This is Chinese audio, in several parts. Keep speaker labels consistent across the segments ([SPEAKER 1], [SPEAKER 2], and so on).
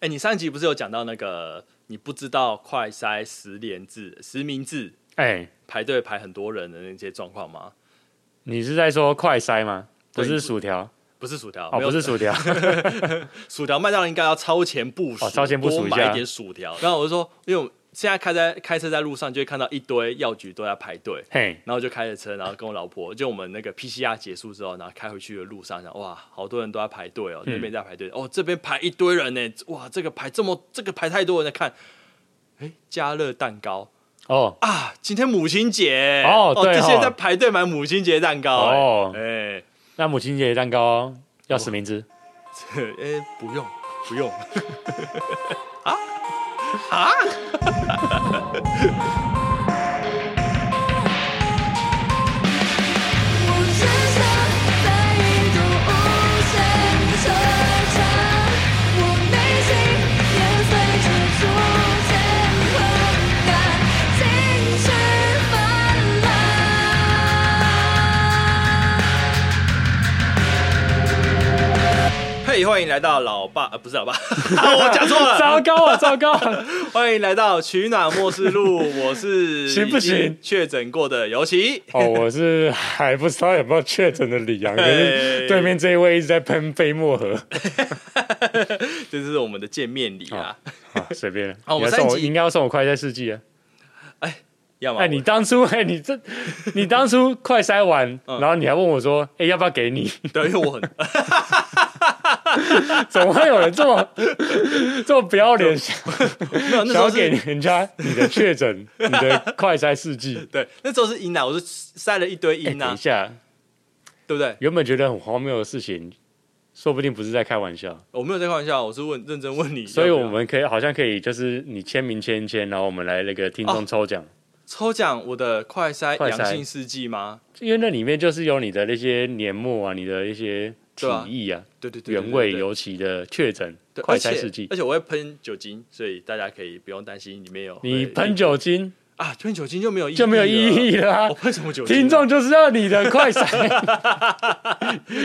[SPEAKER 1] 哎、你上一集不是有讲到那个你不知道快筛实联制、实名制
[SPEAKER 2] 哎、
[SPEAKER 1] 排队排很多人的那些状况吗？
[SPEAKER 2] 你是在说快筛吗？不
[SPEAKER 1] 对
[SPEAKER 2] 是薯条
[SPEAKER 1] 不是薯条，
[SPEAKER 2] 哦，
[SPEAKER 1] 没
[SPEAKER 2] 不
[SPEAKER 1] 有
[SPEAKER 2] 是薯 条，
[SPEAKER 1] 薯条，麦当劳应该要超前部署，
[SPEAKER 2] 哦超前部署
[SPEAKER 1] 多
[SPEAKER 2] 一下
[SPEAKER 1] 买一点薯条。然后我就说，因为我现在开在开车在路上，就会看到一堆药局都在排队。
[SPEAKER 2] 嘿，
[SPEAKER 1] 然后就开着车，然后跟我老婆，就我们那个 PCR 结束之后，然后开回去的路上，想哇，好多人都在排队
[SPEAKER 2] 嗯
[SPEAKER 1] 哦，那边在排队，哦，这边排一堆人呢，哇，这个排这么，这个排太多人在看，哎，加热蛋糕
[SPEAKER 2] 哦，
[SPEAKER 1] 啊，今天母亲节
[SPEAKER 2] 哦对
[SPEAKER 1] 这些人
[SPEAKER 2] 哦
[SPEAKER 1] 在排队买母亲节蛋糕
[SPEAKER 2] 哦
[SPEAKER 1] 哎，
[SPEAKER 2] 那母亲节蛋糕要实名制，
[SPEAKER 1] 哎，哎不用不用，
[SPEAKER 3] 我只想在一度无限惆怅，我内心也随之逐渐狂感，情绪泛滥。
[SPEAKER 1] 嘿，欢迎来到老爸，呃，不是老爸， 啊我讲错了，
[SPEAKER 2] 糟糕啊，糟糕啊！
[SPEAKER 1] 欢迎来到取暖末世 录，我是
[SPEAKER 2] 行不
[SPEAKER 1] 已经
[SPEAKER 2] 行
[SPEAKER 1] 确诊过的尤其。
[SPEAKER 2] 哦，我是还不知道有没有确诊的李阳，可
[SPEAKER 1] 哎
[SPEAKER 2] 是对面这一位一直在喷飞沫盒，
[SPEAKER 1] 这是我们的见面礼啊！
[SPEAKER 2] 啊随便了。
[SPEAKER 1] 好哦我们
[SPEAKER 2] 你要送
[SPEAKER 1] 上
[SPEAKER 2] 我，
[SPEAKER 1] 一集哦
[SPEAKER 2] 应该要送我快筛试剂啊！
[SPEAKER 1] 要么
[SPEAKER 2] 哎，你当初，哎，你这，你当初快筛完，
[SPEAKER 1] 嗯
[SPEAKER 2] 然后你还问我说，哎，要不要给你？
[SPEAKER 1] 对，因为我很
[SPEAKER 2] 总会有人这么 这么不要脸，想
[SPEAKER 1] 没有那时
[SPEAKER 2] 想
[SPEAKER 1] 候
[SPEAKER 2] 要
[SPEAKER 1] 是
[SPEAKER 2] 给人家你的确诊、你的快筛试剂？
[SPEAKER 1] 对，那时候是阴啊，我是塞了一堆
[SPEAKER 2] 哎，
[SPEAKER 1] 阴
[SPEAKER 2] 等
[SPEAKER 1] 啊
[SPEAKER 2] 一，下，
[SPEAKER 1] 对不对？
[SPEAKER 2] 原本觉得很荒谬的事情，说不定不是在开玩笑，
[SPEAKER 1] 我没有在开玩笑，我是问认真问你要不要，
[SPEAKER 2] 所以我们可以好像可以就是你签名签一签，然后我们来那个听
[SPEAKER 1] 哦
[SPEAKER 2] 众抽奖，
[SPEAKER 1] 抽奖我的快筛
[SPEAKER 2] 快筛
[SPEAKER 1] 阳性试剂吗？
[SPEAKER 2] 因为那里面就是有你的那些年末啊，你的一些体
[SPEAKER 1] 对啊
[SPEAKER 2] 液啊，
[SPEAKER 1] 对对对，对
[SPEAKER 2] 原味。
[SPEAKER 1] 对对
[SPEAKER 2] 尤其的确诊
[SPEAKER 1] 对
[SPEAKER 2] 快
[SPEAKER 1] 而且
[SPEAKER 2] 筛试剂
[SPEAKER 1] 而，且我会喷酒精，所以大家可以不用担心里面有
[SPEAKER 2] 你
[SPEAKER 1] 会
[SPEAKER 2] 喷酒精
[SPEAKER 1] 啊，喷酒精就没有意义
[SPEAKER 2] 就没有意义
[SPEAKER 1] 了。
[SPEAKER 2] 了啊
[SPEAKER 1] 我。喷什么酒精啊？
[SPEAKER 2] 听众就是要你的快筛，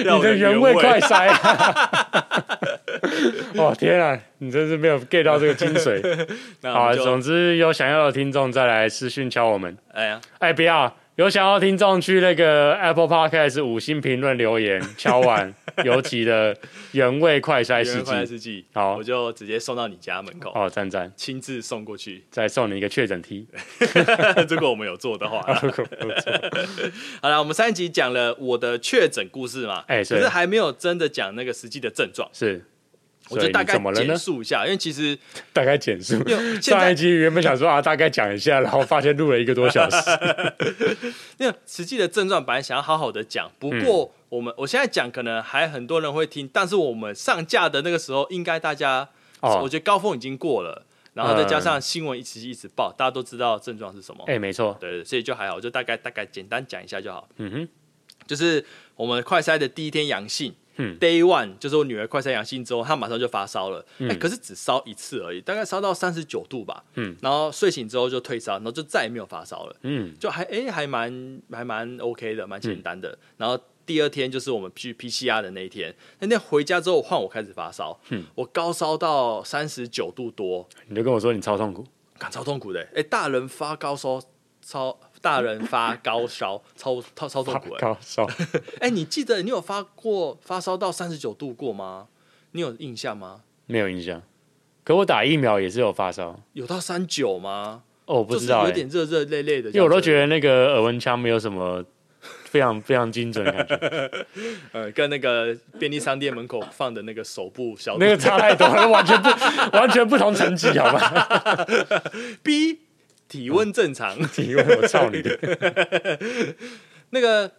[SPEAKER 1] 要
[SPEAKER 2] 你
[SPEAKER 1] 我
[SPEAKER 2] 的
[SPEAKER 1] 的
[SPEAKER 2] 原味快筛。哦天啊，你真是没有 get 到这个精髓。
[SPEAKER 1] 那我
[SPEAKER 2] 好，
[SPEAKER 1] 们就
[SPEAKER 2] 总之有想要的听众再来私讯敲我们。
[SPEAKER 1] 哎呀，
[SPEAKER 2] 哎，不要有想要听众去那个 Apple Podcast 五星评论留言敲 完尤其的原味快筛
[SPEAKER 1] 原
[SPEAKER 2] 试
[SPEAKER 1] 味快筛
[SPEAKER 2] 剂。
[SPEAKER 1] 试剂，
[SPEAKER 2] 好
[SPEAKER 1] 我就直接送到你家门口，
[SPEAKER 2] 哦，赞赞，
[SPEAKER 1] 亲自送过去。
[SPEAKER 2] 再送你一个确诊 T。
[SPEAKER 1] 如果我们有做的话啦，好了，我们上一集讲了我的确诊故事嘛，
[SPEAKER 2] 哎是
[SPEAKER 1] 可是还没有真的讲那个实际的症状，
[SPEAKER 2] 是，
[SPEAKER 1] 我就大
[SPEAKER 2] 所以你
[SPEAKER 1] 概
[SPEAKER 2] 怎么了
[SPEAKER 1] 简
[SPEAKER 2] 呢？
[SPEAKER 1] 述一下，因为其实
[SPEAKER 2] 大概简述
[SPEAKER 1] 因为。现在
[SPEAKER 2] 上一集原本想说啊，大概讲一下，然后发现录了一个多小时。
[SPEAKER 1] 那个实际的症状本来想要好好的
[SPEAKER 2] 嗯
[SPEAKER 1] 讲，不过我们、我现在讲可能还很多人会听，但是我们上架的那个时候，应该大家、
[SPEAKER 2] 哦嗯
[SPEAKER 1] 我觉得高峰已经过了，然后再加上新闻一直一直报，大家都知道症状是什么，
[SPEAKER 2] 哎，没错，
[SPEAKER 1] 对，所以就还好，我就大概大概简单讲一下就好。
[SPEAKER 2] 嗯哼，
[SPEAKER 1] 就是我们快筛的第一天阳性。
[SPEAKER 2] 嗯
[SPEAKER 1] Day one 就是我女儿快筛阳性之后，她马上就发烧了。哎、
[SPEAKER 2] 嗯
[SPEAKER 1] 可是只烧一次而已，大概烧到三十九度吧。
[SPEAKER 2] 嗯，
[SPEAKER 1] 然后睡醒之后就退烧，然后就再也没有发烧了，
[SPEAKER 2] 嗯，
[SPEAKER 1] 就还哎、还蛮还蛮 OK 的，蛮简单的。然后第二天就是我们去 PCR 的那一天，那天回家之后换我开始发烧，
[SPEAKER 2] 嗯
[SPEAKER 1] 我高烧到三十九度多，
[SPEAKER 2] 你就跟我说你超痛苦，
[SPEAKER 1] 感超痛苦的、哎、大人发高烧超。大人发高烧，超超超痛
[SPEAKER 2] 发
[SPEAKER 1] 苦的、
[SPEAKER 2] 高烧，
[SPEAKER 1] 哎、你记得你有发过发烧到三十九度过吗？你有印象吗？
[SPEAKER 2] 没有印象。可我打疫苗也是有发烧，
[SPEAKER 1] 有到三九吗？
[SPEAKER 2] 哦，我不知道、
[SPEAKER 1] 就是
[SPEAKER 2] 哎
[SPEAKER 1] 有点热热累累的这样子。
[SPEAKER 2] 因为我都觉得那个耳温枪没有什么非常非常精准的感觉，
[SPEAKER 1] 呃，跟那个便利商店门口放的那个手部消毒
[SPEAKER 2] 那个差太多了，完全 不完全不同层级，好吧？
[SPEAKER 1] B 体温正常，
[SPEAKER 2] 体温，我操你的！
[SPEAKER 1] 那个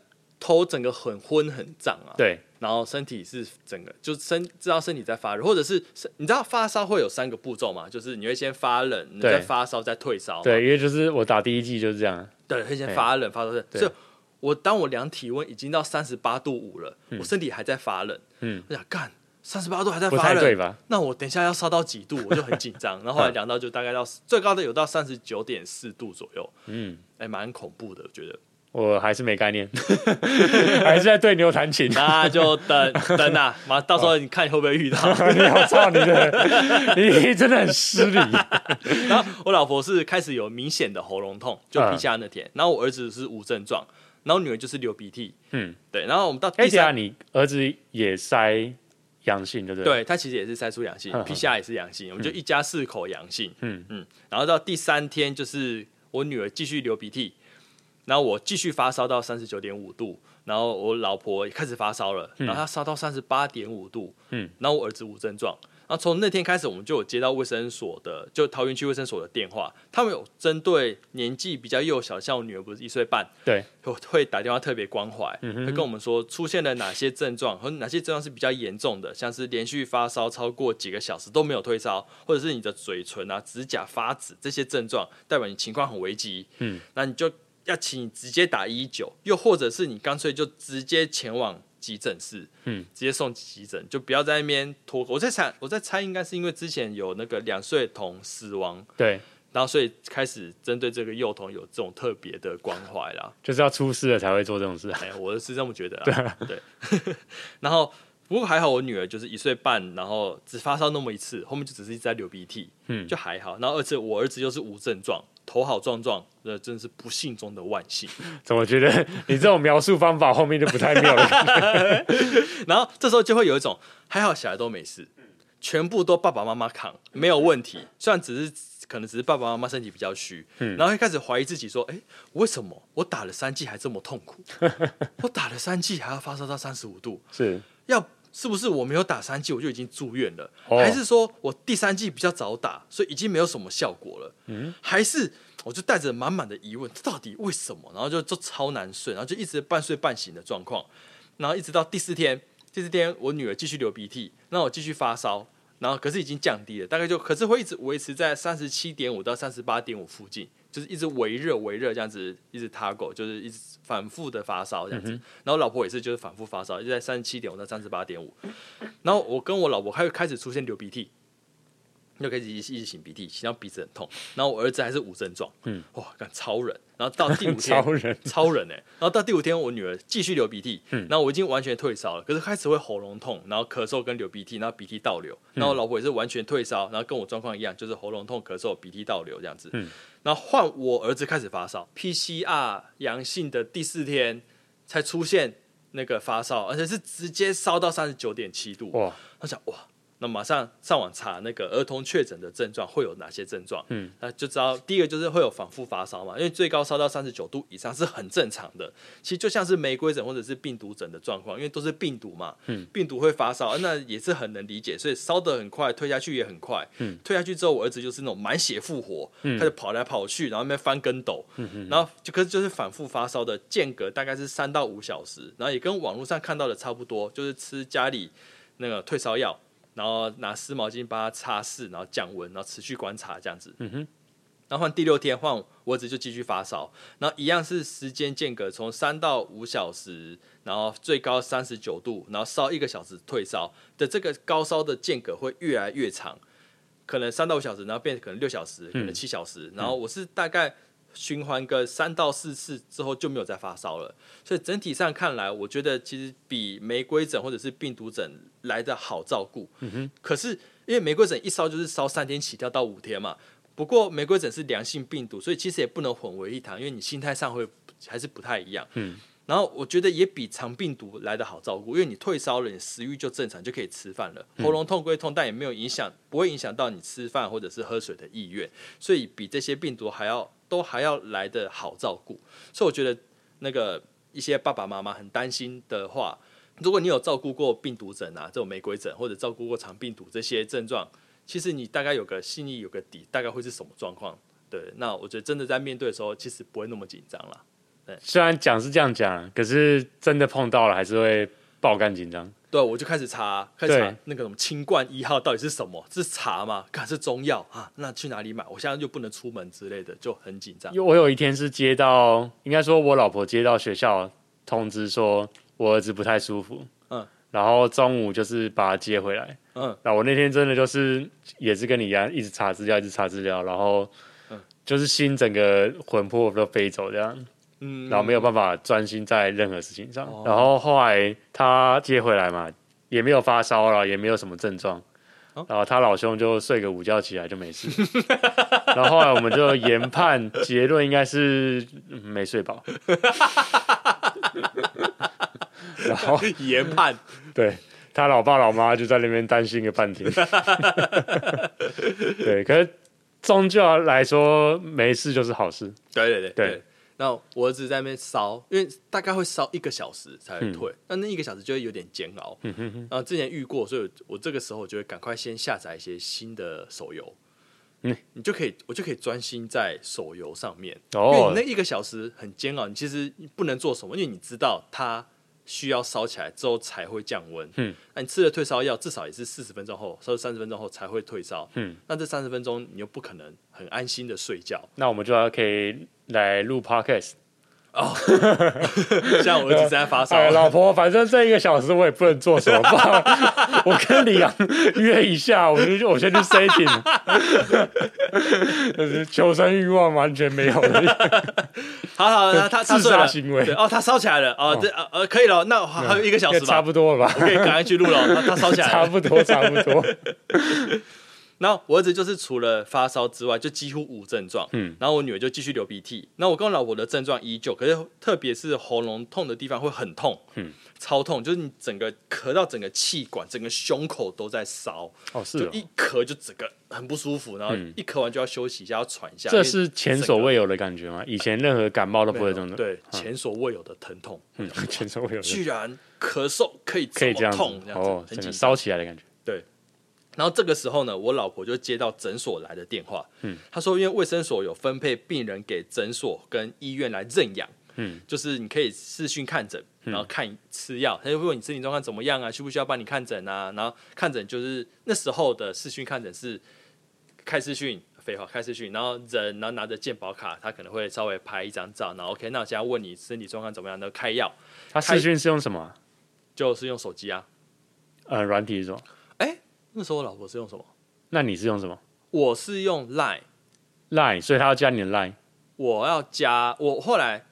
[SPEAKER 1] 头整个很昏很胀啊，，
[SPEAKER 2] 对，
[SPEAKER 1] 然后身体是整个就身知道身体在发热，或者是是你知道发烧会有三个步骤嘛，就是你会先发冷，你
[SPEAKER 2] 对
[SPEAKER 1] 再发烧，再退烧嘛，
[SPEAKER 2] 对，因为就是我打第一季就是这样，
[SPEAKER 1] 对，会先
[SPEAKER 2] 哎
[SPEAKER 1] 发冷，发烧热。
[SPEAKER 2] 对
[SPEAKER 1] 所以，我当我量体温已经到三十八度五了，我身体还在发冷。
[SPEAKER 2] 嗯
[SPEAKER 1] 我想干三十八度还在
[SPEAKER 2] 不
[SPEAKER 1] 发
[SPEAKER 2] 太对
[SPEAKER 1] 冷，
[SPEAKER 2] 吧？
[SPEAKER 1] 那我等一下要烧到几度，我就很紧张。 然后后来量到就大概到最高的有到三十九点四度左右，
[SPEAKER 2] 嗯，
[SPEAKER 1] 哎、蛮恐怖的，我觉得。
[SPEAKER 2] 我还是没概念， 还是在对牛弹琴。
[SPEAKER 1] 那就等等啊，妈，到时候你看你会不会遇到。
[SPEAKER 2] 我操你的，你真的很失 礼。
[SPEAKER 1] 然后我老婆是开始有明显的喉咙痛，就
[SPEAKER 2] 嗯
[SPEAKER 1] 皮下那天，然后我儿子是无症状，然后女儿就是流鼻涕，
[SPEAKER 2] 嗯，
[SPEAKER 1] 对，然后我们到第
[SPEAKER 2] 哎，等一下
[SPEAKER 1] 三，
[SPEAKER 2] 你儿子也塞阳性，对不对？对，
[SPEAKER 1] 对他其实也是筛出 阳性
[SPEAKER 2] 嗯，嗯
[SPEAKER 1] 皮下也是阳性，我们就一家四口阳性，
[SPEAKER 2] 嗯
[SPEAKER 1] 嗯，然后到第三天就是我女儿继续流鼻涕，然后我继续发烧到三十九点五度，然后我老婆也开始发烧了，然后她烧到三十八点五度，
[SPEAKER 2] 嗯，
[SPEAKER 1] 然后我儿子无症状。然后从那天开始，我们就有接到卫生所的，就桃园区卫生所的电话，他们有针对年纪比较幼小，像我女儿不是一岁半，
[SPEAKER 2] 对，
[SPEAKER 1] 会会打电话特别关怀，
[SPEAKER 2] 嗯
[SPEAKER 1] 会跟我们说出现了哪些症状和哪些症状是比较严重的，像是连续发烧超过几个小时都没有退烧，或者是你的嘴唇啊、指甲发紫这些症状，代表你情况很危急。
[SPEAKER 2] 嗯，
[SPEAKER 1] 那你就要请你直接打一九，又或者是你干脆就直接前往急诊室，
[SPEAKER 2] 嗯，
[SPEAKER 1] 直接送急诊，就不要在那边拖。我在猜，我在猜，应该是因为之前有那个两岁童死亡，
[SPEAKER 2] 对，
[SPEAKER 1] 然后所以开始针对这个幼童有这种特别的关怀啦。
[SPEAKER 2] 就是要出事了才会做这种事。
[SPEAKER 1] 哎、我是这么觉得啦。 对然后不过还好，我女儿就是一岁半，然后只发烧那么一次，后面就只是一直在流鼻涕，
[SPEAKER 2] 嗯
[SPEAKER 1] 就还好。然后而且我儿子又是无症状，头好壮壮，那真是不幸中的万幸。
[SPEAKER 2] 怎么觉得你这种描述方法后面就不太妙了？
[SPEAKER 1] 然后这时候就会有一种还好小孩都没事，全部都爸爸妈妈扛，没有问题。虽然只是可能只是爸爸妈妈身体比较虚，然后会开始怀疑自己说，哎、为什么我打了三剂还这么痛苦？我打了三剂还要发烧到三十五度，
[SPEAKER 2] 是，
[SPEAKER 1] 要是不是我没有打三剂我就已经住院了，
[SPEAKER 2] 哦
[SPEAKER 1] 还是说我第三剂比较早打，所以已经没有什么效果了？还是我就带着满满的疑问，这到底为什么？然后就就超难睡，然后就一直半睡半醒的状况，然后一直到第四天，第四天我女儿继续流鼻涕，那我继续发烧。然后可是已经降低了，大概就可是会一直维持在三十七点五到三十八点五附近，就是一直微热微热这样子，一直 t a g 就是一直反复的发烧这样子。然后老婆也是就是反复发烧，一直在三十七点五到三十八点五。然后我跟我老婆开开始出现流鼻涕，就开始一直一直擤鼻涕，擤到鼻子很痛。然后我儿子还是无症状，嗯，哇，干超人。然后到第五天，
[SPEAKER 2] 超人
[SPEAKER 1] 超人哎、然后到第五天，我女儿继续流鼻涕，然后我已经完全退烧了，可是开始会喉咙痛，然后咳嗽跟流鼻涕，然后鼻涕倒流。然后我老婆也是完全退烧，然后跟我状况一样，就是喉咙痛、咳嗽、鼻涕倒流这样子。然后换我儿子开始发烧，PCR 阳性的第四天才出现那个发烧，而且是直接烧到三十九点七度。
[SPEAKER 2] 哇，
[SPEAKER 1] 他想哇，那马上上网查那个儿童确诊的症状会有哪些症状？
[SPEAKER 2] 嗯，
[SPEAKER 1] 那就知道第一个就是会有反复发烧嘛，因为最高烧到三十九度以上是很正常的。其实就像是玫瑰疹或者是病毒疹的状况，因为都是病毒嘛，
[SPEAKER 2] 嗯，
[SPEAKER 1] 病毒会发烧，啊那也是很能理解，所以烧得很快，退下去也很快。
[SPEAKER 2] 嗯，
[SPEAKER 1] 退下去之后，我儿子就是那种满血复活，
[SPEAKER 2] 嗯
[SPEAKER 1] 他就跑来跑去，然后那边翻跟斗，然后就可是就是反复发烧的间隔大概是三到五小时，然后也跟网络上看到的差不多，就是吃家里那个退烧药，然后拿湿毛巾把它擦拭，然后降温，然后持续观察这样子。
[SPEAKER 2] 嗯哼，
[SPEAKER 1] 然后换第六天，换我儿子就继续发烧，然后一样是时间间隔从三到五小时，然后最高三十九度，然后烧一个小时退烧的这个高烧的间隔会越来越长，可能三到五小时，然后变可能六小时，可
[SPEAKER 2] 嗯
[SPEAKER 1] 能七小时，然后我是大概循环个三到四次之后就没有再发烧了，所以整体上看来，我觉得其实比玫瑰疹或者是病毒疹来的好照顾。可是因为玫瑰疹一烧就是烧三天起跳到五天嘛，不过玫瑰疹是良性病毒，所以其实也不能混为一谈，因为你心态上会还是不太一样。
[SPEAKER 2] 嗯，
[SPEAKER 1] 然后我觉得也比肠病毒来的好照顾，因为你退烧了，你食欲就正常，就可以吃饭了。喉咙痛归痛，但也没有影响，不会影响到你吃饭或者是喝水的意愿，所以比这些病毒还要都还要来的好照顾。所以我觉得那个一些爸爸妈妈很担心的话，如果你有照顾过病毒疹啊，这种玫瑰疹，或者照顾过肠病毒这些症状，其实你大概有个心里有个底，大概会是什么状况。对，那我觉得真的在面对的时候，其实不会那么紧张啦。
[SPEAKER 2] 虽然讲是这样讲，可是真的碰到了还是会爆干紧张。
[SPEAKER 1] 对，啊我就开始查，开始
[SPEAKER 2] 对
[SPEAKER 1] 查那个什么清冠一号到底是什么？是茶吗？看是中药啊？那去哪里买？我现在又不能出门之类的，就很紧张。
[SPEAKER 2] 有我有一天是接到，应该说我老婆接到学校通知说我儿子不太舒服，
[SPEAKER 1] 嗯，
[SPEAKER 2] 然后中午就是把他接回来。
[SPEAKER 1] 嗯，
[SPEAKER 2] 那我那天真的就是也是跟你一样，一直查资料，一直查资料，然后
[SPEAKER 1] 嗯
[SPEAKER 2] 就是心整个魂魄都飞走这样。
[SPEAKER 1] 嗯，
[SPEAKER 2] 然后没有办法专心在任何事情上。
[SPEAKER 1] 哦
[SPEAKER 2] 然后后来他接回来嘛，也没有发烧了，也没有什么症状。
[SPEAKER 1] 哦
[SPEAKER 2] 然后他老兄就睡个午觉起来就没事。然后后来我们就研判结论应该是嗯没睡饱。 然后
[SPEAKER 1] 研判，
[SPEAKER 2] 对他老爸老妈就在那边担心个半天。 对，可是终究来说，没事就是好事。
[SPEAKER 1] 对对对
[SPEAKER 2] 对
[SPEAKER 1] 对。那我儿子在那边烧，因为大概会烧一个小时才会
[SPEAKER 2] 嗯
[SPEAKER 1] 退，那、那一个小时就会有点煎熬。然后之前遇过，所以我这个时候就会赶快先下载一些新的手游，
[SPEAKER 2] 嗯
[SPEAKER 1] 你就可以，我就可以专心在手游上面。因为
[SPEAKER 2] 哦
[SPEAKER 1] 你那，一个小时很煎熬，你其实不能做什么，因为你知道它需要烧起来之后才会降温。
[SPEAKER 2] 嗯，
[SPEAKER 1] 那你吃了退烧药，至少也是四十分钟后，甚至三十分钟后才会退烧。
[SPEAKER 2] 嗯，
[SPEAKER 1] 那这三十分钟你又不可能很安心的睡觉。
[SPEAKER 2] 那我们就要可以来录 podcast。
[SPEAKER 1] 像我儿子正在发烧，
[SPEAKER 2] 哎，老婆，反正这一个小时我也不能做什么吧， 我跟李阳约一下，我就我先去 setting，就是求生欲望完全没有 了。
[SPEAKER 1] 好好，那他他
[SPEAKER 2] 自
[SPEAKER 1] 睡
[SPEAKER 2] 杀
[SPEAKER 1] 了，
[SPEAKER 2] 行为
[SPEAKER 1] 对哦，他烧起来了，哦，这呃呃可以了，那还有一个小时吧，
[SPEAKER 2] 差不多了吧
[SPEAKER 1] 我，可以赶快去录 了，他他烧起来
[SPEAKER 2] 差
[SPEAKER 1] 了。
[SPEAKER 2] 不多，差不多。
[SPEAKER 1] 然后我儿子就是除了发烧之外，就几乎无症状。
[SPEAKER 2] 嗯
[SPEAKER 1] 嗯，然后我女儿就继续流鼻涕。那我跟我老婆的症状依旧，可是特别是喉咙痛的地方会很痛，
[SPEAKER 2] 嗯
[SPEAKER 1] 嗯，超痛，就是你整个咳到整个气管、整个胸口都在烧，
[SPEAKER 2] 哦，是
[SPEAKER 1] 就
[SPEAKER 2] 哦，嗯
[SPEAKER 1] 一咳就整个很不舒服，然后一咳完就要休息一下，要喘一下。
[SPEAKER 2] 这
[SPEAKER 1] 因为
[SPEAKER 2] 是前所未有的感觉吗？以前任何感冒都不会这
[SPEAKER 1] 没
[SPEAKER 2] 种
[SPEAKER 1] 有
[SPEAKER 2] 的，
[SPEAKER 1] 对前所未有的疼痛，
[SPEAKER 2] 嗯，前所未有的，
[SPEAKER 1] 居然咳嗽可以
[SPEAKER 2] 可
[SPEAKER 1] 这
[SPEAKER 2] 以这
[SPEAKER 1] 么
[SPEAKER 2] 样子
[SPEAKER 1] 痛，这样子
[SPEAKER 2] 哦，
[SPEAKER 1] 很
[SPEAKER 2] 整个
[SPEAKER 1] 紧
[SPEAKER 2] 烧起来的感觉。
[SPEAKER 1] 然后这个时候呢，我老婆就接到诊所来的电话，嗯，她说因为卫生所有分配病人给诊所跟医院来认养，
[SPEAKER 2] 嗯
[SPEAKER 1] 嗯，就是你可以视讯看诊，然后看吃药，他就问你身体状况怎么样啊，需不需要帮你看诊啊？然后看诊就是那时候的视讯看诊是开视讯。废话，开视讯，然后人，然后拿着健保卡，他可能会稍微拍一张照，然后 OK，那我现在问你身体状况怎么样，然后开药，
[SPEAKER 2] 他视讯是用什么啊？
[SPEAKER 1] 就是用手机啊。
[SPEAKER 2] 呃，软体是什么？
[SPEAKER 1] 哎，那时候我老婆是用什么？
[SPEAKER 2] 那你是用什么
[SPEAKER 1] 我是用 Line，
[SPEAKER 2] Line？所以他要加你的 Line。
[SPEAKER 1] 我要加我后来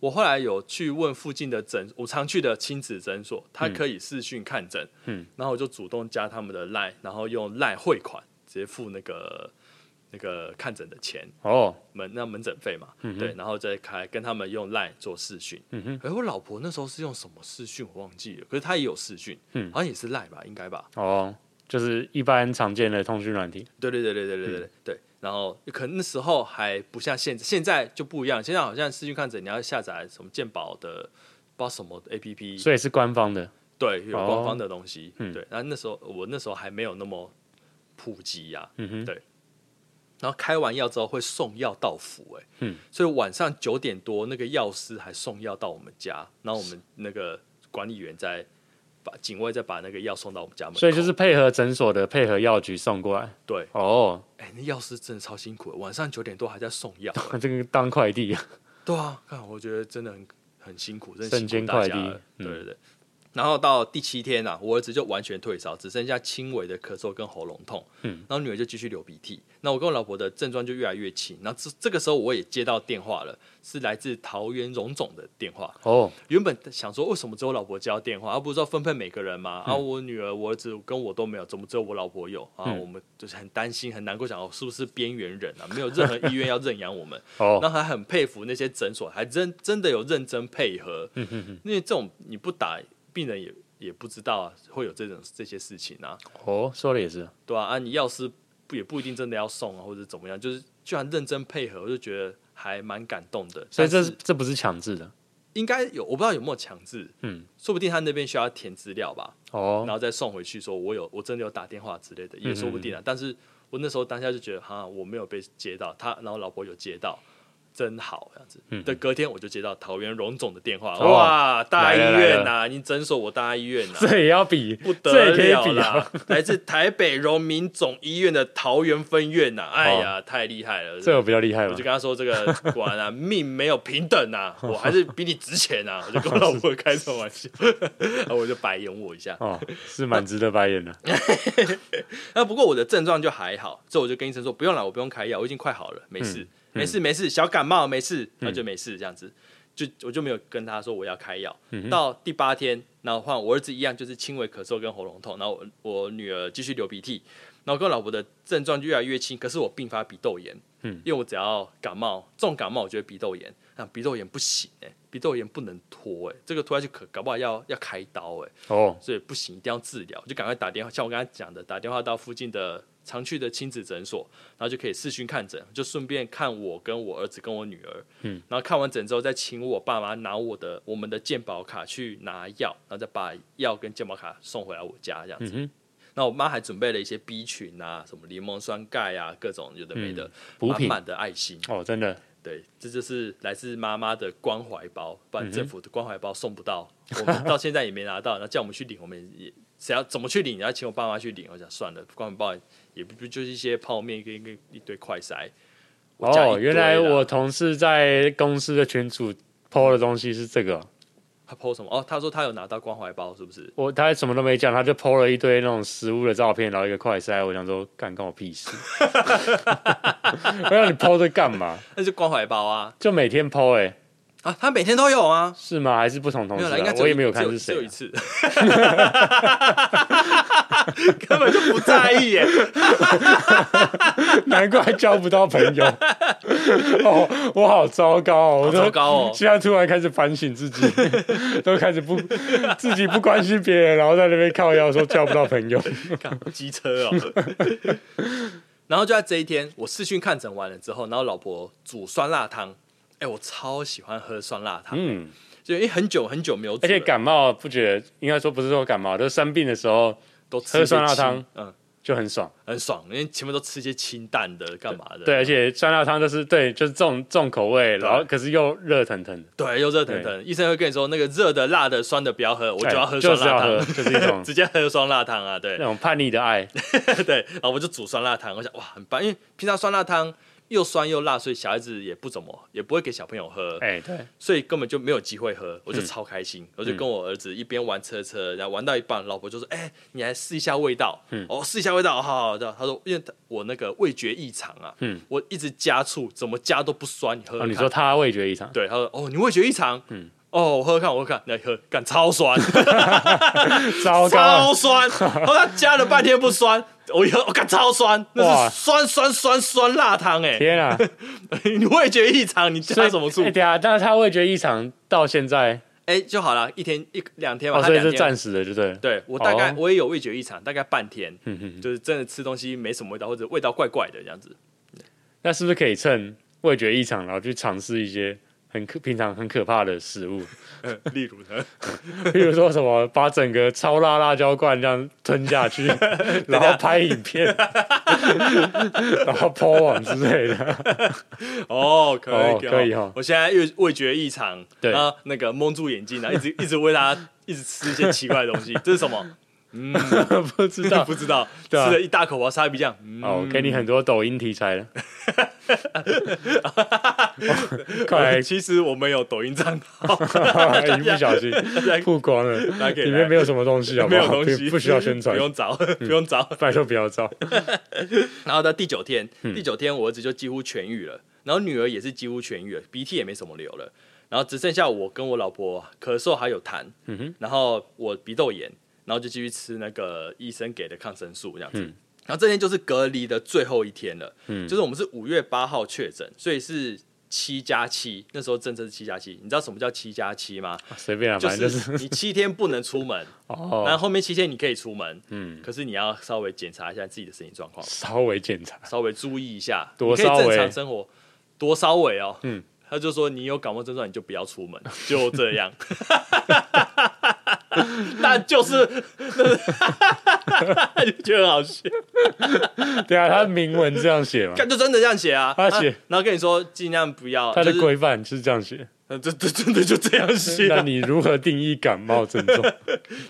[SPEAKER 1] 我后来有去问附近的诊，我常去的亲子诊所，他可以视讯看诊，
[SPEAKER 2] 嗯，
[SPEAKER 1] 然后我就主动加他们的 line，然后用 line 汇款直接付那个那个看诊的钱
[SPEAKER 2] 哦，
[SPEAKER 1] 门那门诊费嘛，
[SPEAKER 2] 嗯哼
[SPEAKER 1] 对，然后再开跟他们用 line 做视讯。
[SPEAKER 2] 嗯哼，
[SPEAKER 1] 哎，我老婆那时候是用什么视讯我忘记了，可是她也有视讯，
[SPEAKER 2] 嗯
[SPEAKER 1] 好像也是 line 吧，应该吧？
[SPEAKER 2] 哦，就是一般常见的通讯软体。
[SPEAKER 1] 对对对对对对对对对。然后可能那时候还不像现在，现在就不一样。现在好像视讯看诊，你要下载什么健保的，不知道什么 A P P，
[SPEAKER 2] 所以是官方的。
[SPEAKER 1] 对，有
[SPEAKER 2] 哦
[SPEAKER 1] 官方的东西。
[SPEAKER 2] 嗯
[SPEAKER 1] 对，然后那时候我那时候还没有那么普及呀、
[SPEAKER 2] 嗯哼，
[SPEAKER 1] 对然后开完药之后会送药到府、哎，
[SPEAKER 2] 嗯，
[SPEAKER 1] 所以晚上九点多那个药师还送药到我们家，然后我们那个管理员在把警卫再把那个药送到我们家门口，
[SPEAKER 2] 所以就是配合诊所的，配合药局送过来。
[SPEAKER 1] 对，
[SPEAKER 2] 哦，
[SPEAKER 1] 哎、那药师真的超辛苦的，晚上九点多还在送药、哎
[SPEAKER 2] 这个当快递啊。
[SPEAKER 1] 对啊，看我觉得真的很很辛苦，真的辛
[SPEAKER 2] 瞬间
[SPEAKER 1] 苦大
[SPEAKER 2] 快递
[SPEAKER 1] 家了。
[SPEAKER 2] 嗯
[SPEAKER 1] 对对对。然后到第七天啊，我儿子就完全退烧，只剩下轻微的咳嗽跟喉咙痛。
[SPEAKER 2] 嗯
[SPEAKER 1] 嗯，然后女儿就继续流鼻涕。那我跟我老婆的症状就越来越轻。然后这这个时候我也接到电话了，是来自桃园荣总的电话。
[SPEAKER 2] 哦，
[SPEAKER 1] 原本想说，为什么只有老婆接到电话，啊而、不是要分配每个人吗？啊，我女儿、我儿子跟我都没有，怎么只有我老婆有啊？
[SPEAKER 2] 嗯
[SPEAKER 1] 我们就是很担心、很难过，想哦是不是边缘人啊？没有任何医院要认养我们。
[SPEAKER 2] 哦，
[SPEAKER 1] 然后还很佩服那些诊所，还真真的有认真配合，
[SPEAKER 2] 嗯哼哼，
[SPEAKER 1] 因为这种你不打，病人也也不知道、啊、会有这种这些事情啊，
[SPEAKER 2] 哦，说的也是。
[SPEAKER 1] 对啊，啊，你药师不也不一定真的要送啊，或者怎么样，就是居然认真配合，我就觉得还蛮感动的。
[SPEAKER 2] 所以这
[SPEAKER 1] 但
[SPEAKER 2] 是
[SPEAKER 1] 是
[SPEAKER 2] 这不是强制的。
[SPEAKER 1] 应该有，我不知道有没有强制，
[SPEAKER 2] 嗯，
[SPEAKER 1] 说不定他那边需要填资料吧，然
[SPEAKER 2] 哦，
[SPEAKER 1] 后再送回去，说我有我真的有打电话之类的，也说不
[SPEAKER 2] 嗯
[SPEAKER 1] 定啊。但是我那时候当下就觉得，哈，我没有被接到，他然后老婆有接到，真好这样子。
[SPEAKER 2] 嗯
[SPEAKER 1] 但隔天我就接到桃园荣总的电话，
[SPEAKER 2] 哦
[SPEAKER 1] 哇，大医
[SPEAKER 2] 来了
[SPEAKER 1] 院呐、你诊所我大医院呐、啊
[SPEAKER 2] 这也要比，
[SPEAKER 1] 不
[SPEAKER 2] 这
[SPEAKER 1] 得
[SPEAKER 2] 也可
[SPEAKER 1] 了
[SPEAKER 2] 以比啊。
[SPEAKER 1] 啦！来自台北荣民总医院的桃园分院呐、哎呀，太厉害了！
[SPEAKER 2] 哦这个比较厉害
[SPEAKER 1] 我
[SPEAKER 2] 吧
[SPEAKER 1] 就？跟他说，这 个果然啊，命没有平等呐、我还是比你值钱啊呐、我就跟我老婆开这种玩笑， 然后我就白眼我一下。
[SPEAKER 2] 哦，是蛮值得白眼的。
[SPEAKER 1] 那不过我的症状就还好，所以我就跟医生说不用了，我不用开药，我已经快好了，没事，没事，没事，小感冒没事，那就没事这样子。就我就没有跟他说我要开药。到第八天，然后换我儿子一样，就是轻微咳嗽跟喉咙痛，然后我我女儿继续流鼻涕，然后跟我老婆的症状就越来越轻，可是我并发鼻窦炎，
[SPEAKER 2] 嗯
[SPEAKER 1] 因为我只要感冒，重感冒我就会鼻窦炎，那鼻窦炎不行哎、鼻窦炎不能拖哎、这个拖下去可搞不好要要开刀哎、
[SPEAKER 2] 哦，
[SPEAKER 1] 所以不行，一定要治疗，就赶快打电话，像我刚才讲的，打电话到附近的常去的亲子诊所，然后就可以视讯看诊，就顺便看我跟我儿子跟我女儿，
[SPEAKER 2] 嗯，
[SPEAKER 1] 然后看完诊之后再请我爸妈拿我的我们的健保卡去拿药，然后再把药跟健保卡送回来我家这样子。
[SPEAKER 2] 嗯哼，
[SPEAKER 1] 那我妈还准备了一些 B 群啊，什么柠檬酸钙啊，各种有的没的，
[SPEAKER 2] 嗯补品
[SPEAKER 1] 满满的爱心。
[SPEAKER 2] 哦，真的，
[SPEAKER 1] 对，这就是来自妈妈的关怀包，不
[SPEAKER 2] 嗯
[SPEAKER 1] 然政府的关怀包送不到，我们到现在也没拿到。那叫我们去领，我们也谁要怎么去领？要请我爸妈去领，我想算了，关怀包也不不就是一些泡面跟一个一堆快塞。我加一
[SPEAKER 2] 哦，
[SPEAKER 1] 堆
[SPEAKER 2] 原来
[SPEAKER 1] 啦
[SPEAKER 2] 我同事在公司的群组 PO 的东西是这个，哦
[SPEAKER 1] 他 PO 什么？哦，他说他有拿到关怀包，是不是？
[SPEAKER 2] 我他什么都没讲，他就 PO 了一堆那种食物的照片，然后一个快塞，我想说干干我屁事，我 让你 PO 这干嘛？
[SPEAKER 1] 那是关怀包啊！
[SPEAKER 2] 就每天 PO 哎、
[SPEAKER 1] 啊，他每天都有啊，
[SPEAKER 2] 是吗？还是不同同
[SPEAKER 1] 没有
[SPEAKER 2] 事、
[SPEAKER 1] 啦，
[SPEAKER 2] 啊
[SPEAKER 1] 应该？只
[SPEAKER 2] 我也
[SPEAKER 1] 一
[SPEAKER 2] 没有看
[SPEAKER 1] 只
[SPEAKER 2] 是
[SPEAKER 1] 只有
[SPEAKER 2] 谁
[SPEAKER 1] 一
[SPEAKER 2] 啊、
[SPEAKER 1] 次， 根本就不在意耶。
[SPEAKER 2] 难怪交不到朋友。哦，我好糟糕哦！我都
[SPEAKER 1] 好糟糕哦
[SPEAKER 2] 现在突然开始反省自己， 都开始不自己不关心别人，然后在那边靠腰说交不到 朋友。
[SPEAKER 1] 干机车哦。 然后就在这一天，我视讯看诊完了之后，然后老婆煮酸辣汤。哎、我超喜欢喝酸辣汤，
[SPEAKER 2] 嗯，
[SPEAKER 1] 就因为很久很久没有煮了，
[SPEAKER 2] 而且感冒不觉得，应该说不是说感冒，就是生病的时候
[SPEAKER 1] 都吃
[SPEAKER 2] 喝
[SPEAKER 1] 一些
[SPEAKER 2] 酸辣
[SPEAKER 1] 清
[SPEAKER 2] 汤，
[SPEAKER 1] 嗯，
[SPEAKER 2] 就很爽。
[SPEAKER 1] 很爽，因为前面都吃一些清淡的，干嘛的？
[SPEAKER 2] 对，而且酸辣汤就是对，就是重重口味，
[SPEAKER 1] 对
[SPEAKER 2] 然后可是又热腾腾的，
[SPEAKER 1] 对，又热腾腾，医生会跟你说那个热的、辣的、酸的不要喝，我就要喝
[SPEAKER 2] 哎就
[SPEAKER 1] 酸
[SPEAKER 2] 是要
[SPEAKER 1] 辣
[SPEAKER 2] 喝，嗯
[SPEAKER 1] 汤，
[SPEAKER 2] 就是一种
[SPEAKER 1] 直接喝酸辣汤啊，对
[SPEAKER 2] 那，种叛逆的 爱。
[SPEAKER 1] 对，然后我就煮酸辣汤，我想哇很棒，因为平常酸辣汤又酸又辣，所以小孩子也不怎么也不会给小朋友喝，
[SPEAKER 2] 哎，对，
[SPEAKER 1] 所以根本就没有机会喝，我就
[SPEAKER 2] 嗯
[SPEAKER 1] 超开心，我就跟我儿子一边玩车车，然后玩到一半，老婆就说：“哎、你来试一下味道。”
[SPEAKER 2] 嗯
[SPEAKER 1] 哦，试一下味道，好好好的。他说：“因为他我那个味觉异常啊，
[SPEAKER 2] 嗯
[SPEAKER 1] 我一直加醋，怎么加都不酸，你喝喝
[SPEAKER 2] 哦，
[SPEAKER 1] 看。
[SPEAKER 2] 你说他味觉异常，
[SPEAKER 1] 对，他说：“哦，你味觉异常。”
[SPEAKER 2] 嗯
[SPEAKER 1] 哦，我喝喝看，我喝喝看，来喝，干超 酸，超，
[SPEAKER 2] 糟糕
[SPEAKER 1] 酸，然后他加了半天不酸，我一喝，我哦干超酸，那
[SPEAKER 2] 哇
[SPEAKER 1] 是酸酸酸酸辣汤哎、
[SPEAKER 2] 天啊！
[SPEAKER 1] 你味觉异常，你
[SPEAKER 2] 所
[SPEAKER 1] 加
[SPEAKER 2] 以
[SPEAKER 1] 什么醋
[SPEAKER 2] 哎？对啊，但是他味觉异常到现在，
[SPEAKER 1] 哎、就好了，一天一两天吧，
[SPEAKER 2] 哦，
[SPEAKER 1] 他
[SPEAKER 2] 所以
[SPEAKER 1] 两
[SPEAKER 2] 是
[SPEAKER 1] 天。
[SPEAKER 2] 暂时的，就对了。
[SPEAKER 1] 对我大概、
[SPEAKER 2] 哦
[SPEAKER 1] 我也有味觉异常，大概半天，
[SPEAKER 2] 嗯哼，
[SPEAKER 1] 就是真的吃东西没什么味道，或者味道怪怪的这样 子。
[SPEAKER 2] 那是不是可以趁味觉异常，然后去尝试一些很可平常很可怕的食物，
[SPEAKER 1] 例如呢，
[SPEAKER 2] 比如说什么把整个超辣辣椒罐这样吞下 去，然后拍影片， 然后抛网之类的。
[SPEAKER 1] 哦，可以，
[SPEAKER 2] 哦可以哦
[SPEAKER 1] 我现在味味觉异常，
[SPEAKER 2] 对
[SPEAKER 1] 然后那个蒙住眼睛，啊然后一直一直喂他，一直吃一些奇怪的东西，这是什么？
[SPEAKER 2] 不知 道
[SPEAKER 1] 不知道，
[SPEAKER 2] 对啊
[SPEAKER 1] 吃了一大口瓦沙比酱，嗯，
[SPEAKER 2] 哦，给你很多抖音题 材了。 快
[SPEAKER 1] 其实我们有抖音账号，
[SPEAKER 2] 一不小 心
[SPEAKER 1] 来
[SPEAKER 2] 曝光了，
[SPEAKER 1] 大家可以
[SPEAKER 2] 里
[SPEAKER 1] 来
[SPEAKER 2] 面没有什么东西，好不
[SPEAKER 1] 没
[SPEAKER 2] 好
[SPEAKER 1] 有东西，
[SPEAKER 2] 不不需要宣传嗯
[SPEAKER 1] 不，用找，不用找。
[SPEAKER 2] 拜托不 要照。
[SPEAKER 1] 然后到第九天，
[SPEAKER 2] 嗯
[SPEAKER 1] 第九天我儿子就几乎痊愈了，然后女儿也是几乎痊愈了，鼻涕也没什么流了，然后只剩下我跟我老婆咳嗽还有痰，
[SPEAKER 2] 嗯哼
[SPEAKER 1] 然后我鼻窦炎，然后就继续吃那个医生给的抗生素这样子。然后这天就是隔离的最后一天了，
[SPEAKER 2] 嗯
[SPEAKER 1] 就是我们是五月八号确诊，所以是七加七，那时候政策是七加七，你知道什么叫七加七吗？
[SPEAKER 2] 随便啊，
[SPEAKER 1] 就
[SPEAKER 2] 反正就是是
[SPEAKER 1] 你七天不能出门，然后
[SPEAKER 2] 哦，
[SPEAKER 1] 后面七天你可以出门，
[SPEAKER 2] 嗯，
[SPEAKER 1] 可是你要稍微检查一下自己的身体状况。
[SPEAKER 2] 稍微检查，
[SPEAKER 1] 稍微注意一下，
[SPEAKER 2] 多
[SPEAKER 1] 你可以
[SPEAKER 2] 稍微
[SPEAKER 1] 正常生活，多稍微哦。
[SPEAKER 2] 嗯
[SPEAKER 1] 他就说你有感冒症状你就不要出门， 就这样。但就是， 就觉得很好 笑，
[SPEAKER 2] 对 啊，他明文这样写嘛，
[SPEAKER 1] 看就真的这样写啊，
[SPEAKER 2] 他写
[SPEAKER 1] 啊然后跟你说尽量不要，
[SPEAKER 2] 他
[SPEAKER 1] 就
[SPEAKER 2] 的
[SPEAKER 1] 是
[SPEAKER 2] 规范是这样写。
[SPEAKER 1] 呃这这真的 就这样写啊、
[SPEAKER 2] 那你如何定义感冒症 状？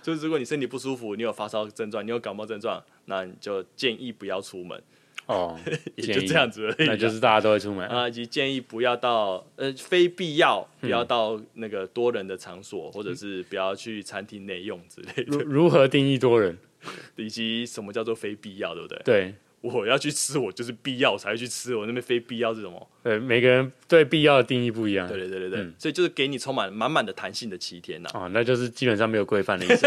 [SPEAKER 1] 就是如果你身体不舒服，你有发烧症状，你有感冒症状，那你就建议不要出门，
[SPEAKER 2] 哦，
[SPEAKER 1] 也就
[SPEAKER 2] 建议
[SPEAKER 1] 这样，子而已啊、
[SPEAKER 2] 那就是大家都会出门。
[SPEAKER 1] 啊，以及建议不要到呃非必要
[SPEAKER 2] 嗯
[SPEAKER 1] 不要到那个多人的场所，或者是不要去餐厅内用之类
[SPEAKER 2] 如
[SPEAKER 1] 的，
[SPEAKER 2] 如何定义多人？
[SPEAKER 1] 以及什么叫做非必要，对不对？
[SPEAKER 2] 对，
[SPEAKER 1] 我要去吃，我就是必要我才会去吃，我那边非必要是什么？
[SPEAKER 2] 对，每个人对必要的定义不一样。
[SPEAKER 1] 对对对对对，
[SPEAKER 2] 嗯
[SPEAKER 1] 所以就是给你充满满满的弹性的七天呐、
[SPEAKER 2] 哦，那就是基本上没有规范 的意思。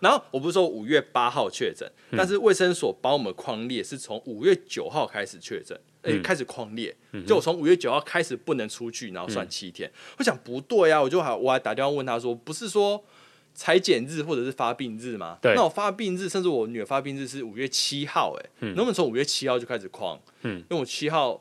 [SPEAKER 1] 然后我不是说五月八号确诊，
[SPEAKER 2] 嗯
[SPEAKER 1] 但是卫生所帮我们框列是从五月九号开始确诊，
[SPEAKER 2] 嗯
[SPEAKER 1] 诶、开始框列，就我从五月九号开始不能出去，然后
[SPEAKER 2] 嗯
[SPEAKER 1] 算七天。我想不对啊，我就还我还打电话问他说，不是说裁剪日或者是发病日吗？
[SPEAKER 2] 对
[SPEAKER 1] 那我发病日，甚至我女儿发病日是五月七号、哎诶，能不能从五月七号就开始框？
[SPEAKER 2] 嗯
[SPEAKER 1] 因为我七号。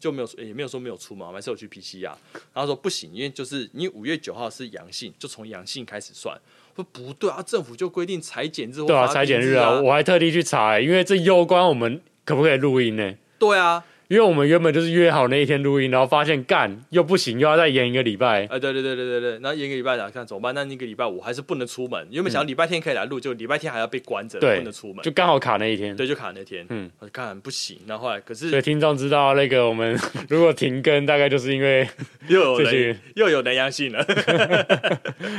[SPEAKER 1] 就没有也没有说没有出门，我们还是有去 PCR。然后说不行，因为就是你五月九号是阳性，就从阳性开始算。我说不对啊，政府就规定裁剪日或
[SPEAKER 2] 对啊，
[SPEAKER 1] 发病
[SPEAKER 2] 裁剪
[SPEAKER 1] 日
[SPEAKER 2] 日啊，我还特地去查、欸因为这攸关我们可不可以录音呢、
[SPEAKER 1] 对啊，
[SPEAKER 2] 因为我们原本就是约好那一天录音，然后发现干又不行，又要再延一个礼拜。
[SPEAKER 1] 哎、对对对对对对，那一个礼拜想看怎么办？那一个礼拜我还是不能出门，原本想礼拜天可以来录，就礼拜天还要被关着，
[SPEAKER 2] 对
[SPEAKER 1] 不能出门
[SPEAKER 2] 就，刚好卡那一天。
[SPEAKER 1] 对，就卡那天，
[SPEAKER 2] 嗯
[SPEAKER 1] 嗯，我就看不行，然后后来可
[SPEAKER 2] 所以
[SPEAKER 1] 是
[SPEAKER 2] 听众知道那个我们如果停更，大概就是因为
[SPEAKER 1] 又有
[SPEAKER 2] 这
[SPEAKER 1] 人
[SPEAKER 2] 些
[SPEAKER 1] 又有人阳性了，